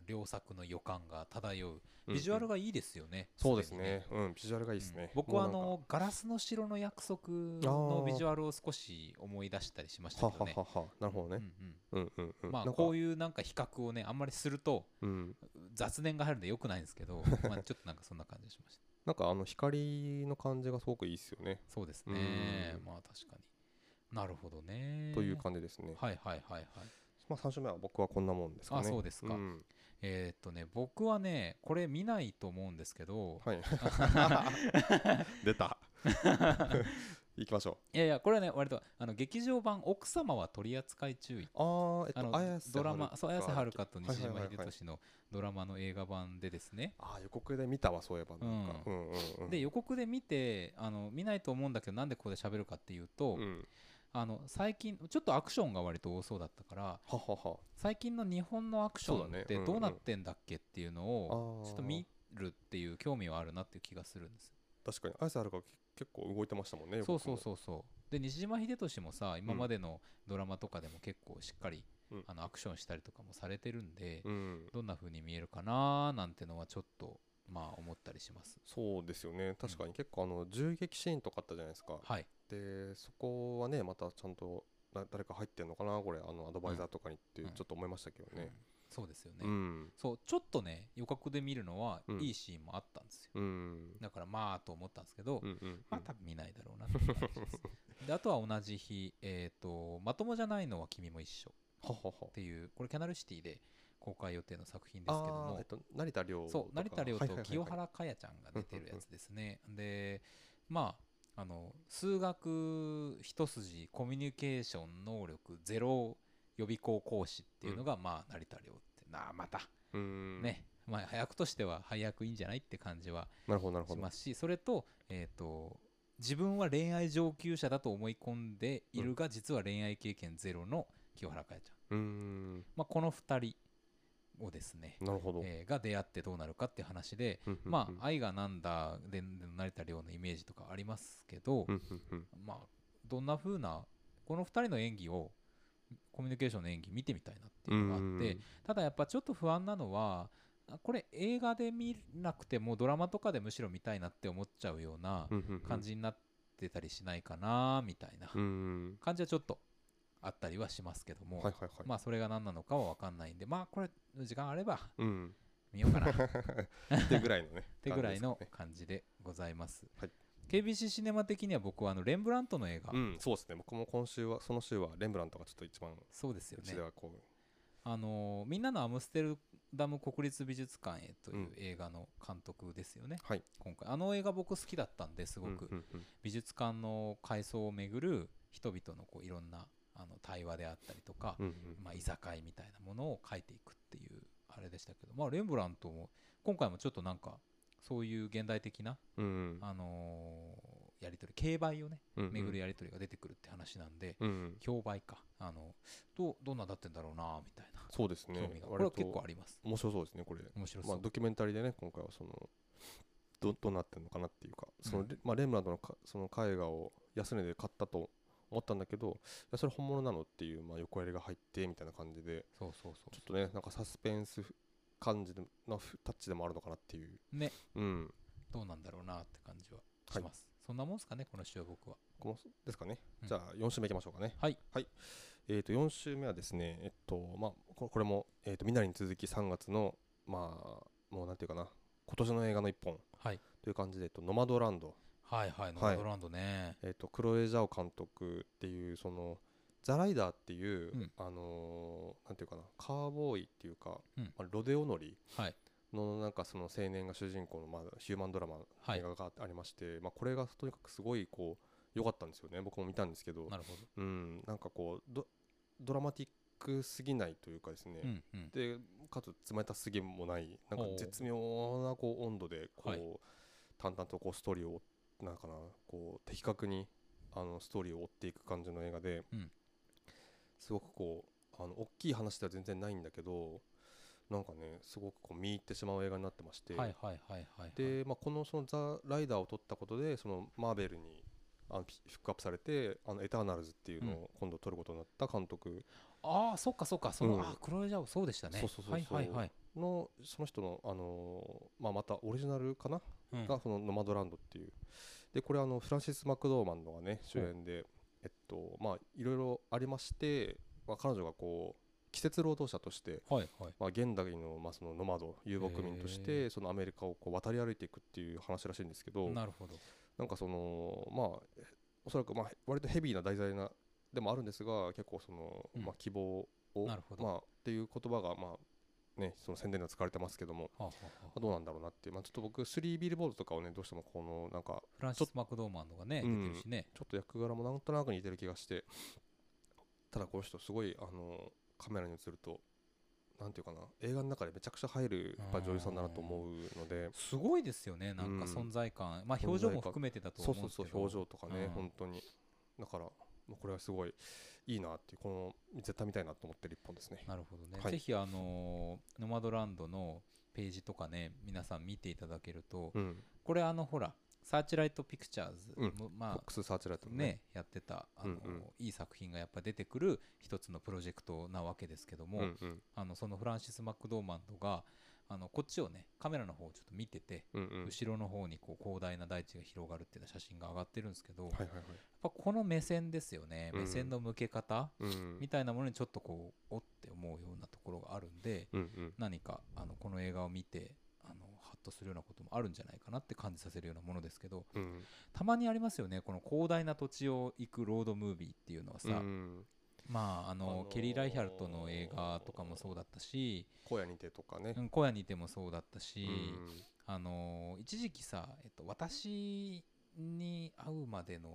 Speaker 1: 良作の予感が漂うビジュアル
Speaker 2: が
Speaker 1: がいいですよね
Speaker 2: そうです
Speaker 1: でにね
Speaker 2: ね、うん、ビジュアルがいいですね
Speaker 1: うん。僕はあ
Speaker 2: もうなん
Speaker 1: の「ガラスの城の約束」の
Speaker 2: あー
Speaker 1: ビジュアルを少し思い出したりしまし
Speaker 2: か
Speaker 1: たけど
Speaker 2: は
Speaker 1: ね
Speaker 2: は。はは、なるほどね。
Speaker 1: うん
Speaker 2: うんうんう
Speaker 1: うん
Speaker 2: ん。
Speaker 1: まあ
Speaker 2: なんか
Speaker 1: こういうなんか比較をねあんまりすると
Speaker 2: うん、
Speaker 1: 雑念が入るんでよくないんですけど まあちょっとなんかそんな感じがしました
Speaker 2: なんかあの光の感じがすごくいいですよね。
Speaker 1: そうですね
Speaker 2: うん
Speaker 1: まあ確かになるほどね
Speaker 2: という感じですね。
Speaker 1: はいはいはいはい
Speaker 2: まあ三週目は僕はこんなもんですかね。
Speaker 1: あそうですか
Speaker 2: ん
Speaker 1: えーっとね僕はねこれ見ないと思うんですけど
Speaker 2: はい。出た。 行きましょ
Speaker 1: いやいやこれはね割とあの劇場版「奥様は取り扱い注意」
Speaker 2: う。ああ、えっ
Speaker 1: あ
Speaker 2: と、
Speaker 1: の
Speaker 2: 綾瀬
Speaker 1: ドラマそう綾瀬はるか
Speaker 2: か
Speaker 1: と
Speaker 2: はいはい
Speaker 1: 西島
Speaker 2: はいは
Speaker 1: 秀
Speaker 2: い
Speaker 1: 俊のドラマの映画版でですね
Speaker 2: ああ、予告で見たわ、そういえば。なんか。
Speaker 1: う
Speaker 2: うんうんうん。
Speaker 1: で予告で見てあの見ないと思うんだけどなんでここで喋るかっていうと、
Speaker 2: うん。
Speaker 1: あの最近ちょっとアクションが割と多そうだったから
Speaker 2: ははは。
Speaker 1: 最近の日本のアクショ
Speaker 2: そうだ
Speaker 1: ン
Speaker 2: ね
Speaker 1: って
Speaker 2: うんうん
Speaker 1: どうなってんだっけっていうの
Speaker 2: あ
Speaker 1: を
Speaker 2: ー
Speaker 1: ちょっと見るっていう興味はあるなっていう気がするんです
Speaker 2: 確かに、綾瀬はるかけ結構動いてましたもんね。予
Speaker 1: そう
Speaker 2: 告
Speaker 1: そ
Speaker 2: も
Speaker 1: うそうそうで西島秀俊もさ今までのドラマとかでも結構しっかり、
Speaker 2: うん
Speaker 1: あのアクションしたりとかもされてるんで、
Speaker 2: うん。
Speaker 1: どんな風に見えるかなーなんてのはちょっとまあ思ったりします
Speaker 2: そうですよね。確かに結構、あの、銃撃シーンとかあったじゃないですか。
Speaker 1: はい
Speaker 2: で、そこはね、またちゃんと、だ誰か入ってんのかな、これ、あの、アドバイザーとかにって、
Speaker 1: う
Speaker 2: ち
Speaker 1: ん
Speaker 2: ょっと思いましたけど
Speaker 1: うん
Speaker 2: ね。
Speaker 1: そうですよね、
Speaker 2: うん。
Speaker 1: そうちょっとね予告で見るのは
Speaker 2: うん
Speaker 1: いいシーンもあったんですよ、
Speaker 2: うん。
Speaker 1: だからまあと思ったんですけど、
Speaker 2: うんうん。
Speaker 1: まあ多分見ないだろうなっていう感じですであとは同じ日、えーと「まともじゃないのは君も一緒」
Speaker 2: ははは
Speaker 1: っ。ていうこれキャナルシティで公開予定の作品ですけど
Speaker 2: ああー、え
Speaker 1: も
Speaker 2: っと、成田凌とか。
Speaker 1: そう成田凌
Speaker 2: はい
Speaker 1: と
Speaker 2: はいはいはい
Speaker 1: 清原果耶ちゃんが出てるやつですねでまああの数学一筋コミュニケーション能力ゼロ予備校講師っていうのが、まあ成田凌ってなあまた
Speaker 2: うーん
Speaker 1: ね、まあ、早くとしては早くいいんじゃないって感じは
Speaker 2: なるほどなるほ
Speaker 1: し
Speaker 2: ど
Speaker 1: ますしそれと,、えー、と自分は恋愛上級者だと思い込んでいるが、実は恋愛経験ゼロの清原果耶ちゃん、
Speaker 2: うーん
Speaker 1: まあ、この2人をですね、
Speaker 2: なるほど、
Speaker 1: えーが出会ってどうなるかっていう話で、
Speaker 2: うんうんうん
Speaker 1: まあ「愛がなんだ」でで成田凌のイメージとかありますけど、
Speaker 2: うんうんうん
Speaker 1: まあどんな風なこの2人の演技をコミュニケーションの演技見てみたいなっていうのがあって、
Speaker 2: うん
Speaker 1: ただやっぱちょっと不安なのはあこれ映画で見なくてもドラマとかでむしろ見たいなって思っちゃうような
Speaker 2: うんうんうん
Speaker 1: 感じになってたりしないかなみたいな
Speaker 2: うーん
Speaker 1: 感じはちょっとあったりはしますけども、
Speaker 2: はいはいはい、
Speaker 1: まあそれが何なのかは分かんないんでまあこれ時間あれば
Speaker 2: うん、
Speaker 1: 見ようかなっ
Speaker 2: ってぐ らいのね
Speaker 1: てぐらいの
Speaker 2: 感じです
Speaker 1: 感じでございます。
Speaker 2: はい
Speaker 1: KBC シネマ的には僕はあのレンブラントの映画、
Speaker 2: かねうんそうですね僕も今週はその週はレンブラントがちょっと一番
Speaker 1: そうですよ
Speaker 2: う
Speaker 1: ね
Speaker 2: ちではこう、
Speaker 1: あのーみんなのアムステルダム国立美術館へといううん映画の監督ですよね、
Speaker 2: はい
Speaker 1: 今回あの映画僕好きだったんですごく、
Speaker 2: うんうんうん
Speaker 1: 美術館の改装をめぐる人々のこういろんなあの対話であったりとか、
Speaker 2: うんうん
Speaker 1: まあ、居酒屋みたいなものを描いていくっていうあれでしたけど、まあ、レンブラントも今回もちょっとなんかそういう現代的な、
Speaker 2: うんうん
Speaker 1: あのーやり取り競売をね
Speaker 2: うんうん
Speaker 1: 巡るやり取りが出てくるって話なんで、
Speaker 2: うんうん
Speaker 1: 競売かあのどうどんなだってんだろうなみたいな
Speaker 2: そうですね
Speaker 1: 興味が、これ
Speaker 2: 割
Speaker 1: は結構
Speaker 2: と
Speaker 1: あります
Speaker 2: 面白そうですねこれ
Speaker 1: 面白そ
Speaker 2: まあ
Speaker 1: う、
Speaker 2: ドキュメンタリーでね今回はそのどどうなってるのかなっていうかその、
Speaker 1: うん
Speaker 2: レまあ、レムランドのかその絵画を安値で買ったと思ったんだけどいやそれ本物なのっていう、まあ、横やりが入ってみたいな感じで
Speaker 1: そうそうそう
Speaker 2: ちょっとねなんかサスペンス感じのふタッチでもあるのかなっていう
Speaker 1: ね
Speaker 2: うん
Speaker 1: どうなんだろうなって感じは
Speaker 2: は
Speaker 1: し
Speaker 2: い
Speaker 1: ます、そんなもんすかねこの週は僕は
Speaker 2: このですかね、
Speaker 1: うん
Speaker 2: じゃあ4週目いきましょうかね
Speaker 1: はい、
Speaker 2: えー、と4週目はですねえっとまあここれも、えー、とみなりに続き3月のまあもうなんていうかな今年の映画の一本
Speaker 1: はい、
Speaker 2: という感じで、えっと、ノマドランド
Speaker 1: はいはいノ
Speaker 2: はい
Speaker 1: ードランドね、
Speaker 2: えー、とクロエ・ジャオ監督っていうそのザ・ライダーっていう、
Speaker 1: うん
Speaker 2: あのーなんていうかなカーボーイっていうか、
Speaker 1: うん
Speaker 2: まあ、ロデオ乗り
Speaker 1: はい
Speaker 2: のなんかその青年が主人公の、まあ、ヒューマンドラマの
Speaker 1: はい
Speaker 2: 映画がありまして、まあ、これがとにかくすごいこう良かったんですよね僕も見たんですけど
Speaker 1: なるほど
Speaker 2: うん、なんかこうドドラマティックすぎないというかですね、
Speaker 1: うんうん
Speaker 2: でかつ冷たすぎもないなんか
Speaker 1: おう
Speaker 2: 絶妙なこう温度でこう、
Speaker 1: はい
Speaker 2: 淡々とこうストーリーをなんかなこう的確にあのストーリーを追っていく感じの映画で、
Speaker 1: うん
Speaker 2: すごくこうあの大きい話では全然ないんだけどなんかねすごくこう見入ってしまう映画になってまして、
Speaker 1: はいはいはいはいはい
Speaker 2: で、まあ、このそのザ・ライダーを取ったことでそのマーベルにあのピフックアップされてあのエターナルズっていうのを今度取ることになった監督
Speaker 1: ああそっかそっかその、
Speaker 2: うん
Speaker 1: あークロエジャオそうでしたね
Speaker 2: そうそうそうそう
Speaker 1: はいはいはい、
Speaker 2: のその人の、あのーまあ、またオリジナルかな、
Speaker 1: うん
Speaker 2: がその「ノマドランド」っていうでこれあのフランシス・マクドーマンのがね主演でえっとまあいろいろありまして、まあ、彼女がこう季節労働者として、
Speaker 1: はいはい
Speaker 2: まあ、現代の,、まあそのノマド遊牧民とし
Speaker 1: へ
Speaker 2: てそのアメリカをこう渡り歩いていくっていう話らしいんですけど
Speaker 1: なるほど
Speaker 2: なんかそのまあえおそらくまあへ割とヘビーな題材なでもあるんですが結構その、
Speaker 1: うん
Speaker 2: まあ希望を
Speaker 1: なるほど
Speaker 2: まあっていう言葉がまあねその宣伝では使われてますけども、
Speaker 1: はあはあ
Speaker 2: ま
Speaker 1: はあ
Speaker 2: あどうなんだろうなっていうまあちょっと僕スリービルボードとかをねどうしてもこのなんか
Speaker 1: フランシス・マクドーマンのがね
Speaker 2: う
Speaker 1: 出
Speaker 2: ん
Speaker 1: てるしね、
Speaker 2: ちょっと役柄もなんとなく似てる気がしてただこの人すごいあのカメラに映るとなんていうかな映画の中でめちゃくちゃ入るやっぱ女優さんだなと思うのです
Speaker 1: ごいですよねなんか
Speaker 2: うん
Speaker 1: 存在感、まあ
Speaker 2: 存在感
Speaker 1: 表情も含めてだと
Speaker 2: そう
Speaker 1: 思う
Speaker 2: そ
Speaker 1: ん
Speaker 2: う
Speaker 1: ですけ
Speaker 2: そう
Speaker 1: ど
Speaker 2: 表情とかね、
Speaker 1: うん
Speaker 2: 本当にだからもうこれはすごいいいなっていうこの絶対見たいなと思ってる一本ですね
Speaker 1: なるほどね、
Speaker 2: はい
Speaker 1: ぜひあのーノマドランドのページとかね皆さん見ていただけると、
Speaker 2: うん
Speaker 1: これあのほらサーチライトピクチャーズ、
Speaker 2: うん
Speaker 1: も
Speaker 2: フォ
Speaker 1: ま
Speaker 2: ックスサーチラ
Speaker 1: あ
Speaker 2: イトのね
Speaker 1: ねやってたあのー、
Speaker 2: うんうん
Speaker 1: いい作品がやっぱ出てくる一つのプロジェクトなわけですけども、
Speaker 2: うんうん
Speaker 1: あのそのフランシス・マクドーマンドがあのこっちをねカメラの方をちょっと見てて、
Speaker 2: うんうん
Speaker 1: 後ろの方にこう広大な大地が広がるっていうような写真が上がってるんですけど、
Speaker 2: は
Speaker 1: や
Speaker 2: い
Speaker 1: っ
Speaker 2: はいはい
Speaker 1: ぱこの目線ですよね、
Speaker 2: うん
Speaker 1: 目線の向け方
Speaker 2: うん
Speaker 1: みたいなものにちょっとこうおって思うようなところがあるんで
Speaker 2: うんうん
Speaker 1: 何かあのこの映画を見てあのハッとするようなこともあるんじゃないかなって感じさせるようなものですけど
Speaker 2: うん
Speaker 1: たまにありますよねこの広大な土地を行くロードムービーっていうのはさ、
Speaker 2: うん
Speaker 1: まああの、
Speaker 2: あのー
Speaker 1: ケリー・ライヒャルトの映画とかもそうだったし
Speaker 2: 荒野にてとかね
Speaker 1: うん小屋にいてもそうだったし、
Speaker 2: うん
Speaker 1: あのー一時期さ、えっと、私に会うまでの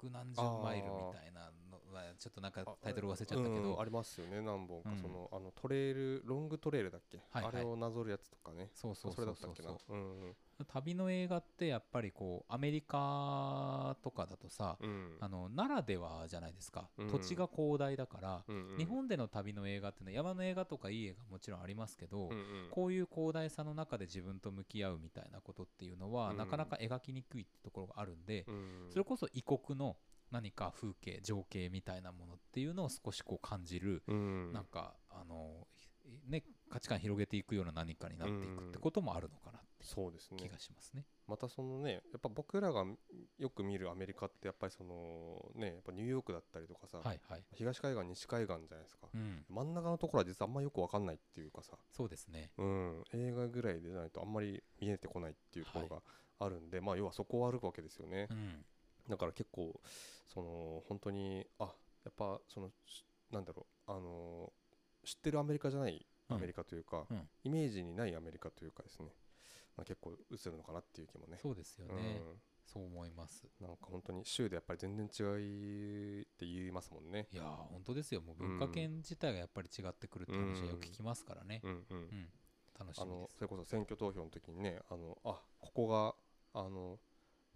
Speaker 1: 百何十マイルみたいなのはちょっとなんかタイトル忘れちゃったけど、
Speaker 2: うんありますよね何本か
Speaker 1: うん
Speaker 2: そのあのトレイルロングトレイルだっけ
Speaker 1: はいは
Speaker 2: あ
Speaker 1: い
Speaker 2: れをなぞるやつとかね
Speaker 1: そうそう
Speaker 2: そ
Speaker 1: そ
Speaker 2: れだ
Speaker 1: う
Speaker 2: った
Speaker 1: そ
Speaker 2: っ
Speaker 1: う
Speaker 2: け
Speaker 1: そ
Speaker 2: な
Speaker 1: う
Speaker 2: うんうん
Speaker 1: 旅の映画ってやっぱりこうアメリカとかだとさ、
Speaker 2: うん
Speaker 1: あのならではじゃないですか、
Speaker 2: うん
Speaker 1: 土地が広大だから、
Speaker 2: うんうん
Speaker 1: 日本での旅の映画っていうのは山の映画とかいい映画もちろんありますけど、
Speaker 2: うんうん
Speaker 1: こういう広大さの中で自分と向き合うみたいなことっていうのは、
Speaker 2: うん
Speaker 1: なかなか描きにくいってところがあるんで、
Speaker 2: うん
Speaker 1: それこそ異国の何か風景情景みたいなものっていうのを少しこう感じる、
Speaker 2: うん
Speaker 1: なんかあのね価値観広げていくような何かになっていくってこともあるのかなって
Speaker 2: そうですね
Speaker 1: 気がしますね。
Speaker 2: またそのねやっぱ僕らがよく見るアメリカってやっぱりそのねやっぱニューヨークだったりとかさ、
Speaker 1: はいはい、
Speaker 2: 東海岸西海岸じゃないですか、
Speaker 1: うん、
Speaker 2: 真ん中のところは実はあんまよくわかんないっていうかさ、
Speaker 1: そうですね。
Speaker 2: うん、映画ぐらいでないとあんまり見えてこないっていうところがあるんで、まあ要はそこを歩くわけですよね、
Speaker 1: うん、
Speaker 2: だから結構その本当にあやっぱそのしなんだろうあの知ってるアメリカじゃないアメリカというか、
Speaker 1: うんうん
Speaker 2: イメージにないアメリカというかですね、まあ、結構映るのかなっていう気もね
Speaker 1: そうですよね。
Speaker 2: うん
Speaker 1: そう思います。
Speaker 2: なんか本当に州でやっぱり全然違いって言いますもんね。
Speaker 1: いやー本当ですよ。もう文化圏自体がやっぱり違ってくるって話はよく聞きますからね
Speaker 2: う。んうん
Speaker 1: うん、楽し
Speaker 2: あ
Speaker 1: みで
Speaker 2: の
Speaker 1: す。
Speaker 2: それこそ選挙投票の時にねあのあここがあの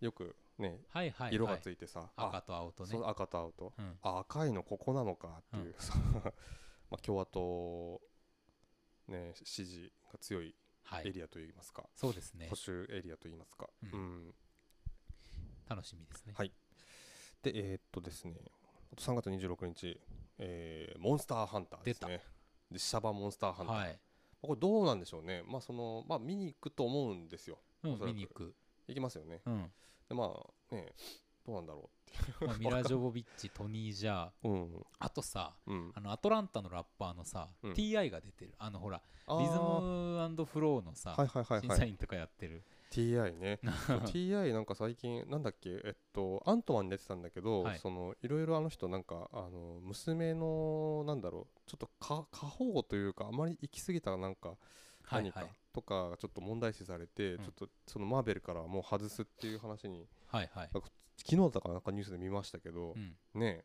Speaker 2: よくね
Speaker 1: はいはい、はい、
Speaker 2: 色がついてさ、
Speaker 1: 赤と青とね
Speaker 2: そう赤と青と
Speaker 1: うん
Speaker 2: あ赤いのここなのかっていう、さ まあ、共和党、ね、支持が強い
Speaker 1: は
Speaker 2: エ
Speaker 1: い
Speaker 2: リアといいますか、
Speaker 1: そうですね
Speaker 2: 保守エリアといいますか、
Speaker 1: う
Speaker 2: うんん
Speaker 1: 楽しみですね
Speaker 2: はいでえーっとですねあと3月26日、えーモンスターハンターですねでシャバモンスターハンター、
Speaker 1: はい、
Speaker 2: これどうなんでしょうねまあそのまあ見に行くと思うんですよ
Speaker 1: う
Speaker 2: お
Speaker 1: ん、
Speaker 2: そら
Speaker 1: 見
Speaker 2: く
Speaker 1: に行く、
Speaker 2: 行きますよね
Speaker 1: うん
Speaker 2: でまあねどうなんだろ
Speaker 1: まあ、ミラ・ジョボビッチトニー・ジャー
Speaker 2: ううん
Speaker 1: あとさ
Speaker 2: うん
Speaker 1: あのアトランタのラッパーのさ、
Speaker 2: うん
Speaker 1: TI が出てるあのほら
Speaker 2: あー
Speaker 1: リズムフローのさ、
Speaker 2: はいはいはい
Speaker 1: 審
Speaker 2: は
Speaker 1: 査
Speaker 2: い
Speaker 1: 員とかやってる
Speaker 2: TI ねそう TI なんか最近なんだっけえっとアントマンに出てたんだけど、
Speaker 1: はい
Speaker 2: そのいろいろあの人なんかあの娘のなんだろうちょっとか過保護というかあまり行き過ぎたなんか
Speaker 1: はい
Speaker 2: 何
Speaker 1: は
Speaker 2: か
Speaker 1: い
Speaker 2: とかがちょっと問題視されて、
Speaker 1: ん
Speaker 2: ちょっとそのマーベルからはもう外すっていう話に
Speaker 1: はいはい、
Speaker 2: 昨日だったかなんかニュースで見ましたけど、
Speaker 1: うん、
Speaker 2: ねえ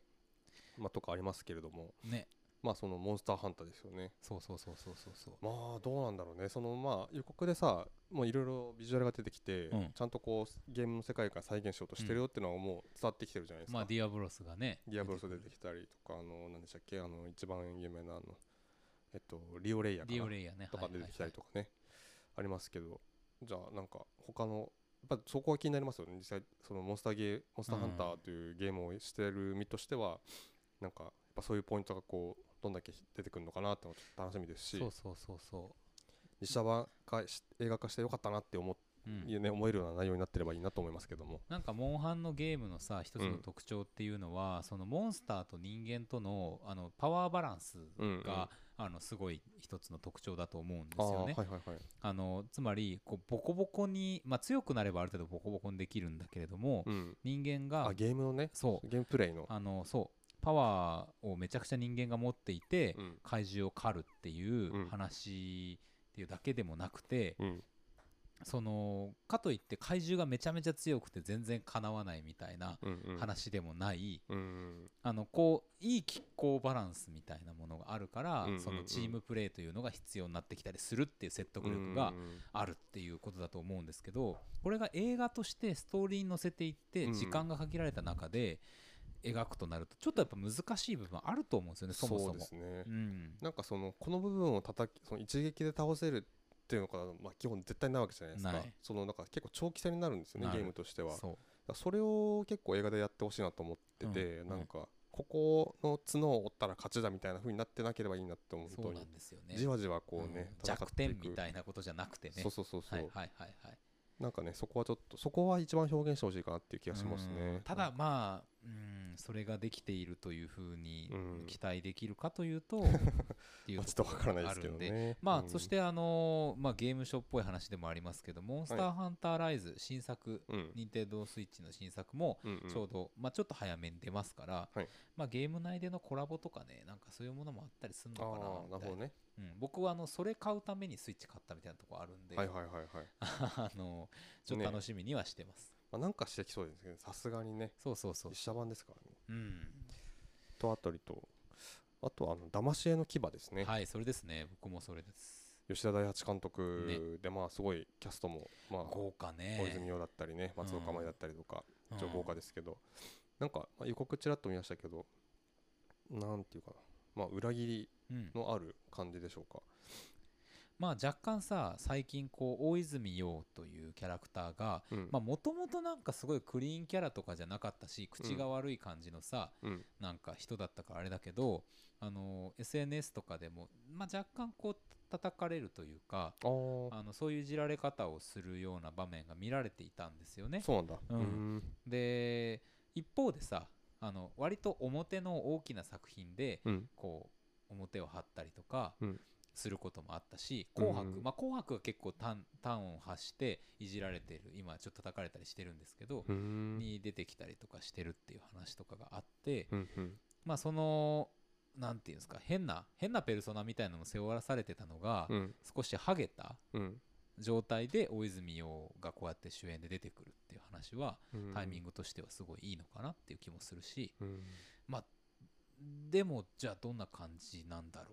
Speaker 2: まあとかありますけれども
Speaker 1: ね
Speaker 2: まあそのモンスターハンターですよね
Speaker 1: そうそうそうそうそうそう
Speaker 2: まあどうなんだろうねそのまあ予告でさもういろいろビジュアルが出てきて、
Speaker 1: うん
Speaker 2: ちゃんとこうゲームの世界観再現しようとしてるよっていうのはもう伝わってきてるじゃないですか、
Speaker 1: まあディアブロスがね
Speaker 2: ディアブロス出
Speaker 1: く
Speaker 2: て
Speaker 1: る
Speaker 2: きたりとかあの何でしたっけあの一番有名なあのえっとリオレイヤーか
Speaker 1: ディオ
Speaker 2: な
Speaker 1: レイヤね
Speaker 2: とか出てきたり
Speaker 1: か、
Speaker 2: とかねありますけどじゃあなんか他のやっぱそこは気になりますよね実際そのモンスターゲーモンスターハンターというゲームをしてる身としてはなんかやっぱそういうポイントがこうどんだけ出てくるのかなってのもちょっと楽しみですし
Speaker 1: そうそうそうそ
Speaker 2: 実写版化し映画化してよかったなって思,、
Speaker 1: う、うん
Speaker 2: ね、思えるような内容になってればいいなと思いますけども
Speaker 1: なんかモンハンのゲームのさ一つ
Speaker 2: う
Speaker 1: の
Speaker 2: ん
Speaker 1: 特徴っていうのは、そのモンスターと人間とのあのパワーバランス
Speaker 2: うんうん
Speaker 1: が、あのすごい一つの特徴だと思うんです
Speaker 2: ああ
Speaker 1: よ
Speaker 2: はい
Speaker 1: ね。
Speaker 2: は
Speaker 1: あ,、
Speaker 2: いはい
Speaker 1: のつまりこうボコボコに、まあ、強くなればある程度ボコボコにできるんだけれども、
Speaker 2: うん
Speaker 1: 人間
Speaker 2: あ
Speaker 1: が
Speaker 2: ゲームのね
Speaker 1: そう
Speaker 2: ゲームプレイの
Speaker 1: あのそうパワーをめちゃくちゃ人間が持っていて、
Speaker 2: うん
Speaker 1: 怪獣を狩るっていううん話っていうだけでもなくて、
Speaker 2: うん
Speaker 1: そのかといって怪獣がめちゃめちゃ強くて全然かなわないみたいな
Speaker 2: うんうん
Speaker 1: 話でもない、
Speaker 2: うんうん
Speaker 1: あのこういい拮抗バランスみたいなものがあるから、
Speaker 2: うんうんうん
Speaker 1: そのチームプレーというのが必要になってきたりするっていう説得力があるっていうことだと思うんですけどこれが映画としてストーリーに載せていって
Speaker 2: うん
Speaker 1: 時間が限られた中で描くとなるとちょっとやっぱ難しい部分あると思うんですよねそもそ
Speaker 2: そう
Speaker 1: も。
Speaker 2: ですね
Speaker 1: うん
Speaker 2: なんかそのこの部分を叩きその一撃で倒せるっていうのが、まあ、基本絶対ないわけじゃないですか
Speaker 1: ない
Speaker 2: そのなんか結構長期戦になるんですよね
Speaker 1: なる
Speaker 2: ゲームとしてはだか
Speaker 1: そ
Speaker 2: らそれを結構映画でやってほしいなと思ってて、
Speaker 1: うん
Speaker 2: なんかここの角を折ったら勝ちだみたいな風になってなければいいなって思
Speaker 1: う
Speaker 2: う
Speaker 1: そう
Speaker 2: 本当
Speaker 1: な
Speaker 2: に
Speaker 1: んですよね。
Speaker 2: じわじわこうね、
Speaker 1: うん弱点み
Speaker 2: い
Speaker 1: たいなことじゃなくてね。
Speaker 2: そうそうそうそう、
Speaker 1: はいはいはいはい。
Speaker 2: なんかねそこはちょっとそこは一番表現してほしいかなっていう気がします
Speaker 1: う
Speaker 2: ね
Speaker 1: んただまあ、うん、それができているというふうに
Speaker 2: うん
Speaker 1: 期待できるかというと、ってい
Speaker 2: ま
Speaker 1: う
Speaker 2: あちょっとわからないですけど
Speaker 1: あるん
Speaker 2: ね
Speaker 1: まあ
Speaker 2: うん
Speaker 1: そしてあのーまあゲームショーっぽい話でもありますけど「モンスターハンターライズ」新作
Speaker 2: うん
Speaker 1: 任天堂スイッチの新作も
Speaker 2: うんうん
Speaker 1: ちょうどまあちょっと早めに出ますから
Speaker 2: はい
Speaker 1: まあゲーム内でのコラボとかねなんかそういうものもあったりする
Speaker 2: ああ
Speaker 1: のかな
Speaker 2: な
Speaker 1: み
Speaker 2: る
Speaker 1: たい
Speaker 2: ほど
Speaker 1: な
Speaker 2: ね
Speaker 1: うん僕はあのそれ買うためにスイッチ買ったみたいなとこあるんで
Speaker 2: はいはいはいはい、
Speaker 1: あのちょっと
Speaker 2: ね
Speaker 1: 楽しみにはしてます
Speaker 2: まあ、なんかしてきそうですけどさすがにね
Speaker 1: そうそうそう
Speaker 2: 実写版ですからね
Speaker 1: うん
Speaker 2: とあたりとあとはあの騙し絵の牙ですね、
Speaker 1: はいそれですね僕もそれです
Speaker 2: 吉田大八監督で、まあすごいキャストも、まあ、
Speaker 1: 豪華ね
Speaker 2: 大泉洋だったりね松岡
Speaker 1: うん
Speaker 2: 茉優だったりとか、
Speaker 1: うん
Speaker 2: ちょっと豪華ですけど、なんか、まあ、予告ちらっと見ましたけどなんていうかな、まあ、裏切り
Speaker 1: うん
Speaker 2: のある感じでしょうか
Speaker 1: まあ若干さ最近こう大泉洋というキャラクターが
Speaker 2: うん
Speaker 1: まあもともとなんかすごいクリーンキャラとかじゃなかったし口が悪い感じのさ、
Speaker 2: うん
Speaker 1: なんか人だったからあれだけど、あの SNS とかでも、まあ、若干こう叩かれるというか
Speaker 2: あー
Speaker 1: あのそういういじられ方をするような場面が見られていたんですよね。
Speaker 2: そうなんだ
Speaker 1: うん
Speaker 2: うん
Speaker 1: で一方でさあの割と表の大きな作品で
Speaker 2: うん
Speaker 1: こう表を張ったりとか
Speaker 2: うん
Speaker 1: することもあったし「
Speaker 2: うん
Speaker 1: 紅白」まあ「紅白」は結構端端を発していじられてる今ちょっと叩かれたりしてるんですけど、
Speaker 2: うん
Speaker 1: に出てきたりとかしてるっていう話とかがあって、
Speaker 2: うんうん
Speaker 1: まあそのなんていうんですか変な変なペルソナみたいなのを背負わされてたのが、
Speaker 2: うん
Speaker 1: 少しハゲた
Speaker 2: うん
Speaker 1: 状態で大泉洋がこうやって主演で出てくるっていう話は
Speaker 2: うん
Speaker 1: タイミングとしてはすごいいいのかなっていう気もするし、
Speaker 2: うん
Speaker 1: まあでもじゃあどんな感じなんだろ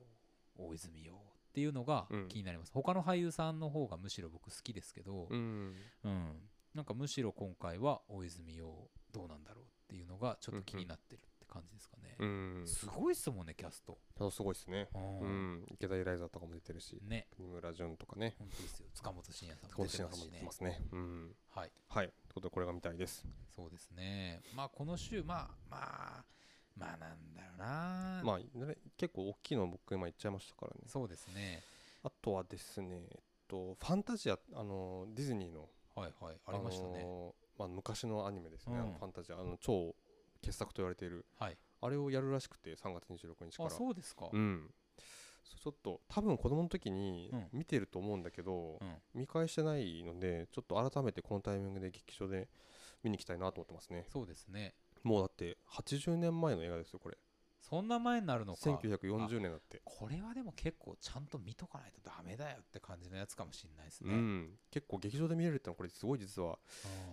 Speaker 1: う大泉洋っていうのが
Speaker 2: うん
Speaker 1: 気になります、他の俳優さんの方がむしろ僕好きですけど、
Speaker 2: うん
Speaker 1: うんなんかむしろ今回は大泉洋どうなんだろうっていうのがちょっと気になってるって感じですかね、
Speaker 2: うん
Speaker 1: すごいっすもんねキャスト、
Speaker 2: あすごいですね
Speaker 1: う
Speaker 2: うんん池田エライザーとかも出てるし
Speaker 1: ね
Speaker 2: 国村淳とかね
Speaker 1: 本当ですよ塚本慎也さんも
Speaker 2: 今
Speaker 1: 出
Speaker 2: シ
Speaker 1: て
Speaker 2: ー
Speaker 1: ま
Speaker 2: ズ
Speaker 1: すし
Speaker 2: ンも出
Speaker 1: ね
Speaker 2: てますねうん
Speaker 1: はい
Speaker 2: はいということでこれが見たいです
Speaker 1: そうですねまあこの週まあまあまあなんだろうな
Speaker 2: まあね結構大きいの僕今言っちゃいましたからね
Speaker 1: そうですね
Speaker 2: あとはですねえっとファンタジアあのディズニーの
Speaker 1: はいはいありましたね、
Speaker 2: のーまあ、昔のアニメですね、
Speaker 1: うん
Speaker 2: あのファンタジアあの超傑作と言われている
Speaker 1: はい
Speaker 2: あれをやるらしくて3月26日から
Speaker 1: あそうですか、
Speaker 2: うんそうちょっと多分子供の時に
Speaker 1: うん
Speaker 2: 見てると思うんだけど、
Speaker 1: うん
Speaker 2: 見返してないのでちょっと改めてこのタイミングで劇場で見に行きたいなと思ってますね
Speaker 1: そうですね
Speaker 2: もうだって80年前の映画ですよこれ
Speaker 1: そんな前になるのか
Speaker 2: 1940年だって、
Speaker 1: これはでも結構ちゃんと見とかないとダメだよって感じのやつかもしれないです
Speaker 2: う
Speaker 1: ね、うん
Speaker 2: ん結構劇場で見れるってのはこれすごい実は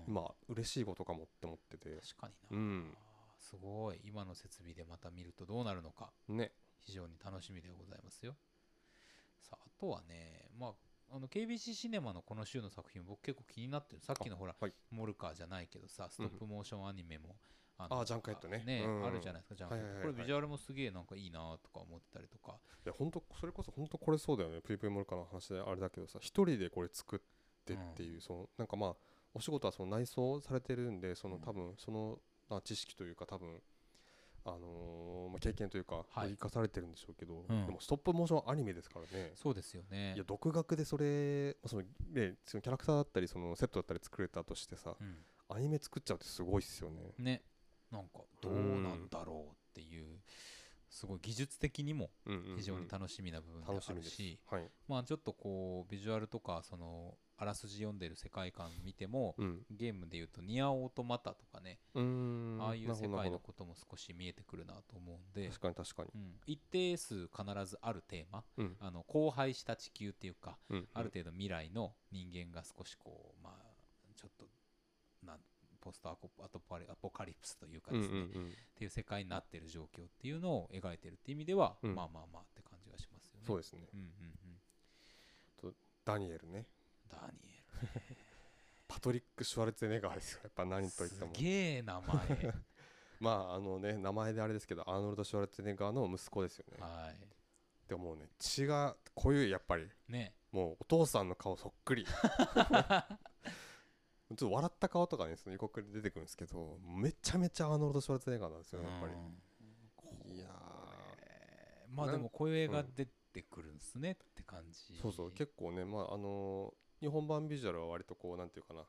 Speaker 2: 今嬉しいことかもって思ってて
Speaker 1: 確かにな、
Speaker 2: うん
Speaker 1: あーすごい今の設備でまた見るとどうなるのか
Speaker 2: ね
Speaker 1: 非常に楽しみでございますよさああとはねまああの KBC シネマのこの週の作品僕結構気になってるさっきのほら、
Speaker 2: はい
Speaker 1: モルカーじゃないけどさストップモーションアニメも、あ
Speaker 2: あージャンクヘッドね
Speaker 1: ね、
Speaker 2: うんうん
Speaker 1: あるじゃないですかジャンクヘッド、
Speaker 2: はいはいはいはい
Speaker 1: これビジュアルもすげえなんかいいなとか思ってたりとか
Speaker 2: いや本当それこそ本当これそうだよねぷいぷいモルカの話であれだけどさ一人でこれ作ってっていう、そのなんかまあお仕事はその内装されてるんでその
Speaker 1: うん
Speaker 2: 多分その、まあ知識というか多分あのーまあ、経験というか、
Speaker 1: はい
Speaker 2: 生かされてるんでしょうけど、
Speaker 1: うん
Speaker 2: でもストップモーションアニメですからね、
Speaker 1: そうですよね
Speaker 2: いや独学でそれまあその、ね、そのキャラクターだったりそのセットだったり作れたとしてさ
Speaker 1: うん、
Speaker 2: アニメ作っちゃうってすごいっすよね。
Speaker 1: ねなんかどうなんだろうっていう、すごい技術的にも
Speaker 2: うんうんうん
Speaker 1: 非常に楽しみな部分で
Speaker 2: 楽し
Speaker 1: あ
Speaker 2: み
Speaker 1: る
Speaker 2: です
Speaker 1: し、。
Speaker 2: はい、
Speaker 1: まあちょっとこうビジュアルとかそのあらすじ読んでる世界観見ても、
Speaker 2: うん、
Speaker 1: ゲームでいうとニアオートマタとかね、
Speaker 2: うーん
Speaker 1: ああいう
Speaker 2: なるほ
Speaker 1: 世
Speaker 2: どな
Speaker 1: 界
Speaker 2: る
Speaker 1: の
Speaker 2: ほ
Speaker 1: ことも少し見えてくるなと思うんで
Speaker 2: ど、確かに確かに。
Speaker 1: うん、一定数必ずあるテーマ
Speaker 2: うん
Speaker 1: あの荒廃した地球っていうか、
Speaker 2: うん
Speaker 1: ある程度未来の人間が少しこうまあちょっとなんポストアコアトパリアポカリプスというかですね、
Speaker 2: うんうんうん
Speaker 1: っていう世界になってる状況っていうのを描いてるっていう意味では、
Speaker 2: うん
Speaker 1: まあまあまあって感じがしますよね。
Speaker 2: そうですね
Speaker 1: うんうんうん、
Speaker 2: ダニエルね
Speaker 1: ダニエ
Speaker 2: パトリック・シュワルツェネッガーですよやっぱ
Speaker 1: ル
Speaker 2: 何と言っ
Speaker 1: す
Speaker 2: ても
Speaker 1: げえ名前
Speaker 2: まああのね名前であれですけどアーノルド・シュワルツェネッガーの息子ですよね
Speaker 1: は
Speaker 2: でももうね血が濃ゆいやっぱり
Speaker 1: いね
Speaker 2: もうお父さんの顔そっく りちょっと笑った顔とかねその予告で出てくるんですけどめちゃめちゃアーノルド・シュワルツェネッガーなんです よねやっぱり
Speaker 1: うん
Speaker 2: いやー
Speaker 1: これまあでもこういう映画出てくるんですねって感じ、
Speaker 2: そうそう結構ねまああのー日本版ビジュアルは割とこうなんていうかな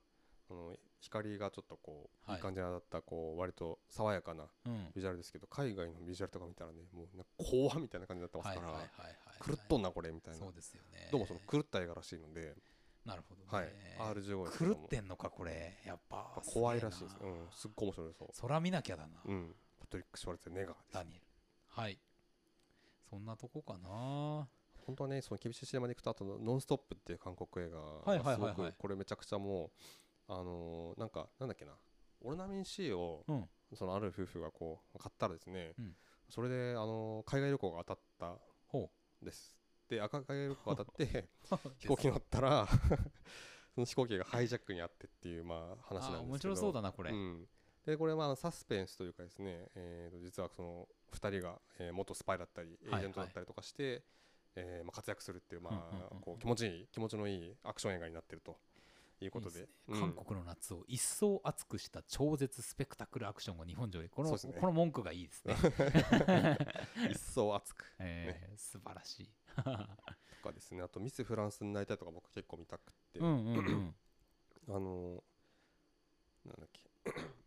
Speaker 2: あの光がちょっとこう、
Speaker 1: はい
Speaker 2: い、い感じだったこう割と爽やかな
Speaker 1: 構、うん、
Speaker 2: ビジュアルですけど海外のビジュアルとか見たらねもうなんか怖みたいな感じになってます
Speaker 1: はい
Speaker 2: か
Speaker 1: はいはい
Speaker 2: ら
Speaker 1: はい
Speaker 2: 狂っとんなこれみたいな
Speaker 1: そうですよね
Speaker 2: どうもその狂った映画らしいので
Speaker 1: なるほどね、
Speaker 2: はい R15 ですけ
Speaker 1: 狂
Speaker 2: ども
Speaker 1: ってんのかこれやっぱ
Speaker 2: まあ怖いらしいです
Speaker 1: すげ
Speaker 2: う
Speaker 1: えなん
Speaker 2: すっごい面白いそ
Speaker 1: そら見なきゃだな、
Speaker 2: ううんパトリック・シュワルツェネッガー
Speaker 1: ダ
Speaker 2: です
Speaker 1: ニエルはいそんなとこかな
Speaker 2: 本当はねその厳しい CM で行くとあとの「ノンストップ」っていう韓国映画
Speaker 1: いはいは
Speaker 2: が
Speaker 1: い
Speaker 2: す
Speaker 1: は
Speaker 2: ご
Speaker 1: い
Speaker 2: くこれめちゃくちゃもうあのーなんかなんだっけなオルナミン C を
Speaker 1: うん
Speaker 2: そのある夫婦がこう買ったらですね
Speaker 1: うん
Speaker 2: それであのー海外旅行が当たった
Speaker 1: ほ
Speaker 2: ですで赤海外旅行が当 たって
Speaker 1: う
Speaker 2: 飛行機乗ったら その飛行機がハイジャックにあってっていうまあ話
Speaker 1: あ
Speaker 2: なん
Speaker 1: ー
Speaker 2: で
Speaker 1: 面
Speaker 2: すけ
Speaker 1: 白
Speaker 2: ど
Speaker 1: そうだなこれ、
Speaker 2: うん、でこれはあのサスペンスというかですね、えーと実はその2人が、えー元スパイだったりエ
Speaker 1: はい
Speaker 2: ージェントだったりとかして、えーまあ、活躍するっていう,、ま
Speaker 1: うんうんうんう
Speaker 2: あ
Speaker 1: ん、
Speaker 2: こう気持ちいい気持ちのいいアクション映画になってるということで
Speaker 1: いいっ
Speaker 2: うん
Speaker 1: 韓国の夏を一層熱くした超絶スペクタクルアクションを日本上映こ
Speaker 2: そ
Speaker 1: の,、
Speaker 2: うですね
Speaker 1: この文句がいいです ね、
Speaker 2: 一層熱く
Speaker 1: えー素晴らしい
Speaker 2: とかですねあと「ミス・フランスになりたい」とか僕結構見たくて、
Speaker 1: うんうん、 うん、
Speaker 2: あのーなんだっけ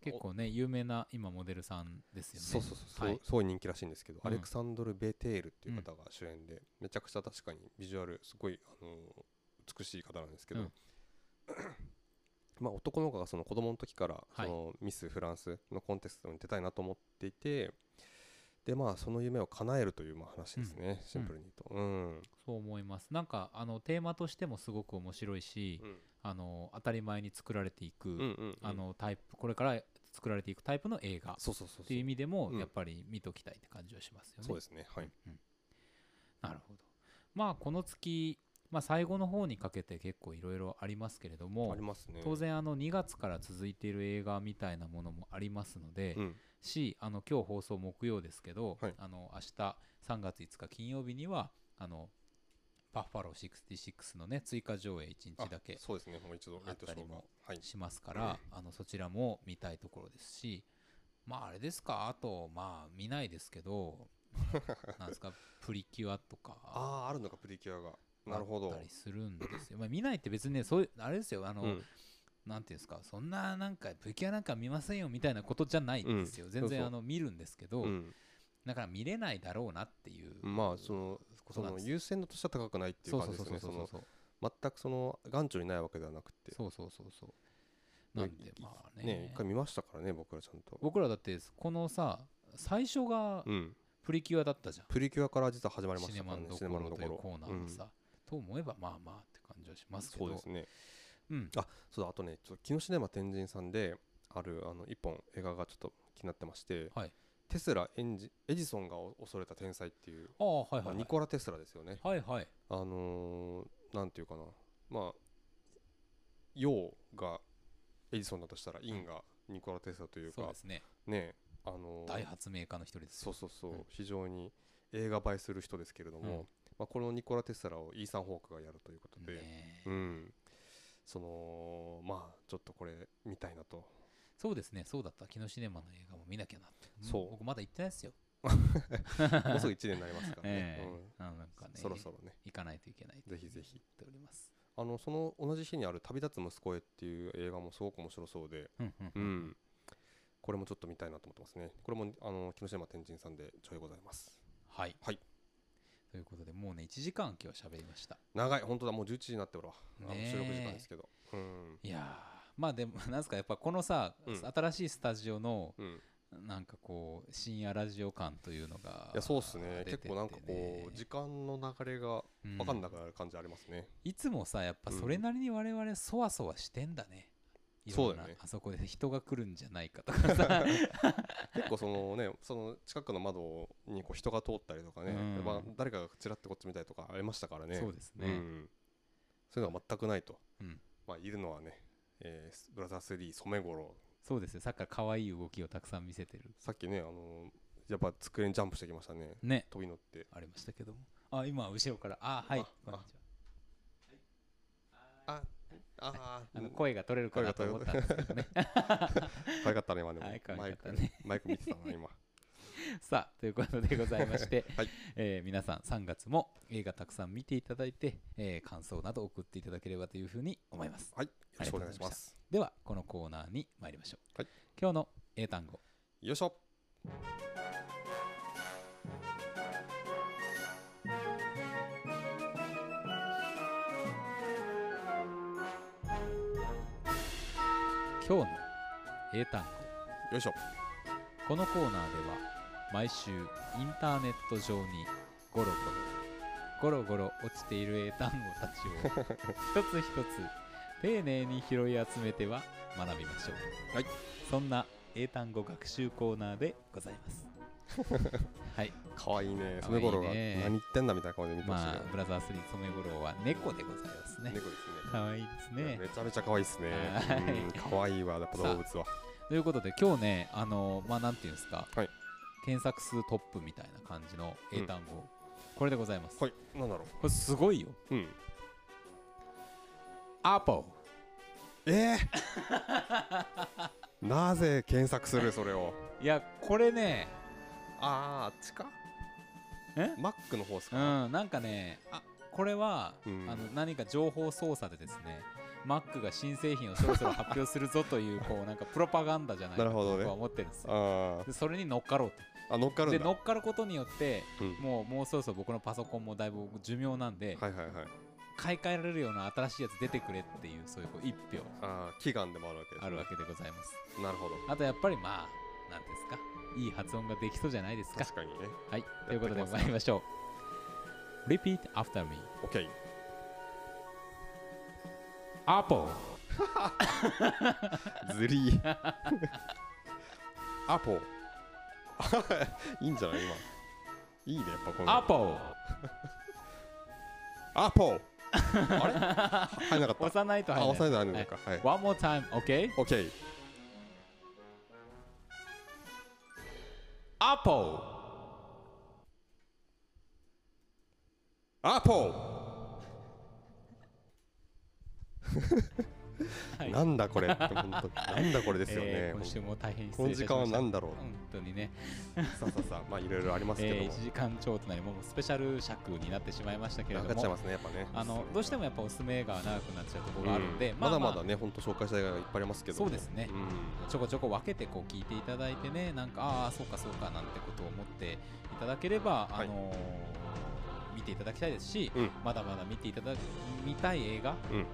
Speaker 1: 結構ね有名な今モデルさんですよね
Speaker 2: そうそうそうそう、
Speaker 1: はい
Speaker 2: すごい人気らしいんですけど、
Speaker 1: うん
Speaker 2: アレクサンドル・ベテールっていう方が主演で、めちゃくちゃ確かにビジュアルすごい、あのー美しい方なんですけど、
Speaker 1: うん
Speaker 2: まあ男の子がその子供の時から
Speaker 1: い
Speaker 2: そのミス・フランスのコンテストに出たいなと思っていて、でまあその夢を叶えるというまあ話ですね、シンプルに言うと。うん
Speaker 1: そう思いますなんかあのテーマとしてもすごく面白いし、
Speaker 2: うん
Speaker 1: あの当たり前に作られていく、
Speaker 2: うんうん
Speaker 1: あのタイプこれから作られていくタイプの映画
Speaker 2: そうそうそうそう
Speaker 1: っていう意味でも、
Speaker 2: うん
Speaker 1: やっぱり見ときたいって感じはしますよね
Speaker 2: そうですねはい、
Speaker 1: うんなるほど。まあこの月、まあ、最後の方にかけて結構いろいろありますけれども
Speaker 2: ありますね
Speaker 1: 当然あの2月から続いている映画みたいなものもありますので、
Speaker 2: うん
Speaker 1: しあの今日放送木曜ですけど、
Speaker 2: はい
Speaker 1: あの明日3月5日金曜日にはあのバッファロー66のね追加上映1日だけ
Speaker 2: あそうですねもう一度
Speaker 1: あったりも
Speaker 2: はい
Speaker 1: しますから、あのそちらも見たいところですしまああれですかあとまあ見ないですけ どなんですかプリキュアとか
Speaker 2: ああーあるのかプリキュアがなるほ
Speaker 1: あっ
Speaker 2: ど
Speaker 1: たりするんですよ、まあ、見ないって別にねそういうあれですよあの、
Speaker 2: うん
Speaker 1: なんていうんですかそんななんかプリキュアなんか見ませんよみたいなことじゃないんですよ、
Speaker 2: うん
Speaker 1: 全
Speaker 2: そう
Speaker 1: 然
Speaker 2: そう
Speaker 1: あの見るんですけど、
Speaker 2: うん
Speaker 1: だから見れないだろうなっていう、
Speaker 2: まあその
Speaker 1: こと
Speaker 2: そ
Speaker 1: なん
Speaker 2: の
Speaker 1: です
Speaker 2: 優先度としては高くないっていう感じですねその全くその眼中にないわけではなくて
Speaker 1: そうそうそうそうなんで
Speaker 2: い
Speaker 1: まあね
Speaker 2: ね一回見ましたからね僕らちゃんと
Speaker 1: 僕らだってこのさ最初が
Speaker 2: うん
Speaker 1: プリキュアだったじゃん、
Speaker 2: プリキュアから実は始まりま
Speaker 1: シ
Speaker 2: し
Speaker 1: ネ
Speaker 2: たか
Speaker 1: マ
Speaker 2: ら
Speaker 1: ン
Speaker 2: ね
Speaker 1: ドコ
Speaker 2: シネマン
Speaker 1: ロ
Speaker 2: ド
Speaker 1: と
Speaker 2: コ
Speaker 1: いう
Speaker 2: ロ
Speaker 1: コーナーがさ、と思えばまあまあって感じはしますけど
Speaker 2: そうですね
Speaker 1: うん
Speaker 2: そうだあとねちょっと木のシネマ天神さんであるあの一本映画がちょっと気になってまして、
Speaker 1: はい
Speaker 2: テスラエンジエジソンがお恐れた天才っていう、
Speaker 1: ああはい
Speaker 2: ま
Speaker 1: は
Speaker 2: あ
Speaker 1: い
Speaker 2: ニコラ・テスラですよね
Speaker 1: はいはい
Speaker 2: あのーなんていうかなまあ陽がエジソンだとしたら陰がニコラ・テスラという
Speaker 1: そう
Speaker 2: か
Speaker 1: ですね
Speaker 2: ねあのー
Speaker 1: 大発明家の一人です
Speaker 2: そ
Speaker 1: よ
Speaker 2: うそうそう、
Speaker 1: うん
Speaker 2: 非常に映画映えする人ですけれども、
Speaker 1: うん
Speaker 2: まあ、このニコラ・テスラをイーサン・ホークがやるということで、
Speaker 1: ねえ
Speaker 2: うん、そのまあちょっとこれ見たいな と
Speaker 1: そうですねそうだった木のシネマの映画も見なきゃなってん
Speaker 2: そう
Speaker 1: 僕まだ行ってない ですよ、
Speaker 2: もうすぐ1年になりますからね、
Speaker 1: ええ
Speaker 2: うん
Speaker 1: あのなんかね
Speaker 2: そろそろね
Speaker 1: 行かないといけない
Speaker 2: ぜひぜひ
Speaker 1: 言っております
Speaker 2: あのその同じ日にある「旅立つ息子へ」っていう映画もすごく面白そうで、
Speaker 1: うんうん
Speaker 2: う
Speaker 1: うんん
Speaker 2: これもちょっと見たいなと思ってますねこれもあの木下山天神さんでちょいございます
Speaker 1: はい、
Speaker 2: はい
Speaker 1: ということでもうね1時間今日喋りました
Speaker 2: 長い本当だもう11時になっておるわ、あの
Speaker 1: ねえ
Speaker 2: 収録時間ですけどうん
Speaker 1: いやーまあでも なんですかやっぱこのさ、
Speaker 2: うん
Speaker 1: 新しいスタジオの
Speaker 2: うん、い
Speaker 1: なんかこう深夜ラジオ感というのが
Speaker 2: やそうっす
Speaker 1: 出
Speaker 2: ね
Speaker 1: て
Speaker 2: 結
Speaker 1: て
Speaker 2: 構なんかこう時間の流れが
Speaker 1: うん
Speaker 2: 分かんなくなる感じありますね、
Speaker 1: いつもさやっぱ
Speaker 2: うん
Speaker 1: それなりに我々そわそわしてんだね、いろんな
Speaker 2: そうだよね
Speaker 1: あそこで人が来るんじゃないかとか さ
Speaker 2: 結構そのね その近くの窓にこう人が通ったりとかね、
Speaker 1: うん
Speaker 2: やっぱ誰かがちらってこっち見たりとかありましたからね
Speaker 1: そうですね、
Speaker 2: うん、そういうのは全くないと、
Speaker 1: うん
Speaker 2: まあ、いるのはね、えースブラザー3染五郎
Speaker 1: そうですよさっきから可愛い動きをたくさん見せてる
Speaker 2: さっきね、あのーやっぱ机にジャンプしてきましたね
Speaker 1: ね
Speaker 2: 飛び乗って
Speaker 1: ありましたけどもあ今後ろからあはい
Speaker 2: あ
Speaker 1: こんにちは
Speaker 2: ああ
Speaker 1: あの
Speaker 2: ー
Speaker 1: 声が取れるかなと思ったんですけどね
Speaker 2: 可愛かったね今でも、
Speaker 1: はい可
Speaker 2: マ
Speaker 1: 愛
Speaker 2: イ
Speaker 1: かった
Speaker 2: ク
Speaker 1: ね
Speaker 2: マイク見てた な今
Speaker 1: さあということでございまして、
Speaker 2: はい
Speaker 1: えー皆さん3月も映画たくさん見ていただいて、えー感想など送っていただければというふうに思います
Speaker 2: はいよろしくお願いします
Speaker 1: ではこのコーナーに参りましょう、
Speaker 2: はい
Speaker 1: 今日の英単語
Speaker 2: よいしょ
Speaker 1: 今日の英単語
Speaker 2: よいしょ
Speaker 1: このコーナーでは毎週インターネット上にゴロゴロゴロゴロ落ちている英単語た ちを一つ一つ丁寧に拾い集めては学びましょう、
Speaker 2: はい、
Speaker 1: そんな英単語学習コーナーでございます はい
Speaker 2: 可愛いね
Speaker 1: 可愛
Speaker 2: 染
Speaker 1: いね
Speaker 2: 五郎が何言ってんだみたいな顔で見てました
Speaker 1: ま
Speaker 2: け
Speaker 1: あ
Speaker 2: ど、
Speaker 1: ブラザー3染五郎は猫でございますね
Speaker 2: 猫ですね
Speaker 1: かわいいです
Speaker 2: いや
Speaker 1: ね
Speaker 2: めちゃめちゃ可愛いですね。
Speaker 1: はい
Speaker 2: うん可愛いわ、やっぱ動物は。
Speaker 1: ということで今日ねあのまあなんていうんですか、
Speaker 2: はい
Speaker 1: 検索数トップみたいな感じの英単語、これでございます、
Speaker 2: はい、なんだろ
Speaker 1: これすごいよ
Speaker 2: う。 うん。
Speaker 1: アポ
Speaker 2: えー、 なぜ検索するそれを。
Speaker 1: いやこれね
Speaker 2: あー、あっちか
Speaker 1: え
Speaker 2: マックの方です
Speaker 1: う
Speaker 2: か、
Speaker 1: んなんかねあこれは、
Speaker 2: うん
Speaker 1: あの何か情報操作でですねマックが新製品をそろそろ発表するぞというこ うなんかプロパガンダじゃないか
Speaker 2: なるほど
Speaker 1: と
Speaker 2: ね
Speaker 1: 僕は思ってるんですよ、
Speaker 2: あー
Speaker 1: でそれに乗っかろう
Speaker 2: あ、乗っか
Speaker 1: と
Speaker 2: る
Speaker 1: で
Speaker 2: んだ。
Speaker 1: 乗っかることによって
Speaker 2: うん
Speaker 1: もうもうそろそろ僕のパソコンもだいぶ寿命なんで、
Speaker 2: はいはいはい。
Speaker 1: 買い替えられるような新しいやつ出てくれっていうそういうこう一票
Speaker 2: あー、祈願でもあるわけです、ね。
Speaker 1: あるわけでございます
Speaker 2: け。なるほど。
Speaker 1: あとやっぱりまあなんていうんですかいい発音ができそうじゃないですか
Speaker 2: 確かにね。
Speaker 1: はい、
Speaker 2: か
Speaker 1: ということで参りましょう。Repeat after me.
Speaker 2: OK。
Speaker 1: Apple,
Speaker 2: ずり ー。アポ。 いいんじゃない今。いいね、やっぱこの。
Speaker 1: Apple,
Speaker 2: アポあれ入んなかった
Speaker 1: 押さないと
Speaker 2: あ
Speaker 1: 入
Speaker 2: 押さ
Speaker 1: らない。
Speaker 2: ないと入んないのかはい
Speaker 1: One more time, okay?
Speaker 2: OK
Speaker 1: Apple!
Speaker 2: アポ
Speaker 1: はい
Speaker 2: なんだこれって本当になんだこれですよ
Speaker 1: えー
Speaker 2: ね
Speaker 1: 今週も大変失
Speaker 2: こ
Speaker 1: 礼い
Speaker 2: の
Speaker 1: たし
Speaker 2: 時
Speaker 1: ました
Speaker 2: 間はなんだろう
Speaker 1: 本当にね、
Speaker 2: さあさあさあまあいろいろありますけど
Speaker 1: えー、
Speaker 2: も
Speaker 1: 1時間超となり、もうスペシャル尺になってしまいましたけれ
Speaker 2: な
Speaker 1: ど
Speaker 2: くなっちゃい
Speaker 1: も
Speaker 2: ま、すねやっぱね
Speaker 1: あのどうしてもやっぱおすすめが長くなっちゃうところがあるんで、
Speaker 2: まだま
Speaker 1: あ
Speaker 2: だね、本当紹介したい映画がいっぱいありますけども。
Speaker 1: そうですね
Speaker 2: うん
Speaker 1: ちょこちょこ分けてこう聞いていただいてね、なんか、ああ、そうかそうかなんてことを思っていただければ、
Speaker 2: は
Speaker 1: あ
Speaker 2: い
Speaker 1: のー見ていただきたいですし、
Speaker 2: うん
Speaker 1: まだまだ見ていただ見たい映画
Speaker 2: うん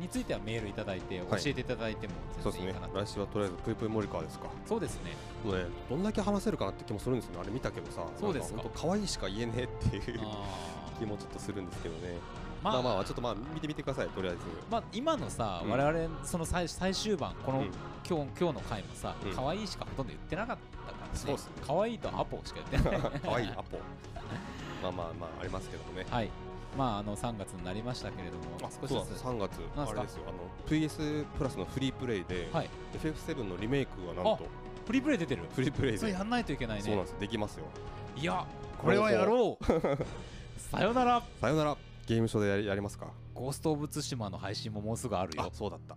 Speaker 1: についてはメールいただいて、教
Speaker 2: はい
Speaker 1: えていただいても
Speaker 2: そう
Speaker 1: 全然
Speaker 2: です
Speaker 1: いい
Speaker 2: ね
Speaker 1: かな。と。
Speaker 2: 来週はとりあえずぷいぷいモリカーですか。
Speaker 1: そうですね。
Speaker 2: もうね、どんだけ話せるかなって気もするんですよね。あれ見たけどさ、
Speaker 1: そうですか
Speaker 2: なん本当可愛いしか言えねえっていう
Speaker 1: あ
Speaker 2: 気もちょっとするんですけどね。
Speaker 1: ー
Speaker 2: まあ
Speaker 1: まあ
Speaker 2: まあちょっとまあ見てみてください。とりあえず。
Speaker 1: まあ、今のさ、
Speaker 2: うん
Speaker 1: 我々その最最終盤この、
Speaker 2: うん
Speaker 1: 今日今日の回もさ、
Speaker 2: うん
Speaker 1: 可愛いしかほとんど言ってなかったからね
Speaker 2: そうっすね
Speaker 1: 可愛いとアポしか言って ない
Speaker 2: 可愛いアポ。まあまあまあありますけどもね。
Speaker 1: はいまああの3月になりましたけれども
Speaker 2: あ、
Speaker 1: 少し
Speaker 2: そうだ
Speaker 1: ずつ
Speaker 2: 3月
Speaker 1: なんす
Speaker 2: あ
Speaker 1: か
Speaker 2: れですよ。あの PS プラスのフリープレイで、
Speaker 1: はい
Speaker 2: FF7 のリメイクがなんと
Speaker 1: フリープレイ出てる
Speaker 2: フリープレイで、
Speaker 1: そ
Speaker 2: そう
Speaker 1: れやんないといけない
Speaker 2: なん
Speaker 1: ね
Speaker 2: です。できますよ。
Speaker 1: いやこれはやろうさよなら
Speaker 2: さよなら。ゲームショーでやりやりますか。
Speaker 1: ゴースト・オブ・ツシマの配信ももうすぐある
Speaker 2: あ
Speaker 1: よ
Speaker 2: そうだった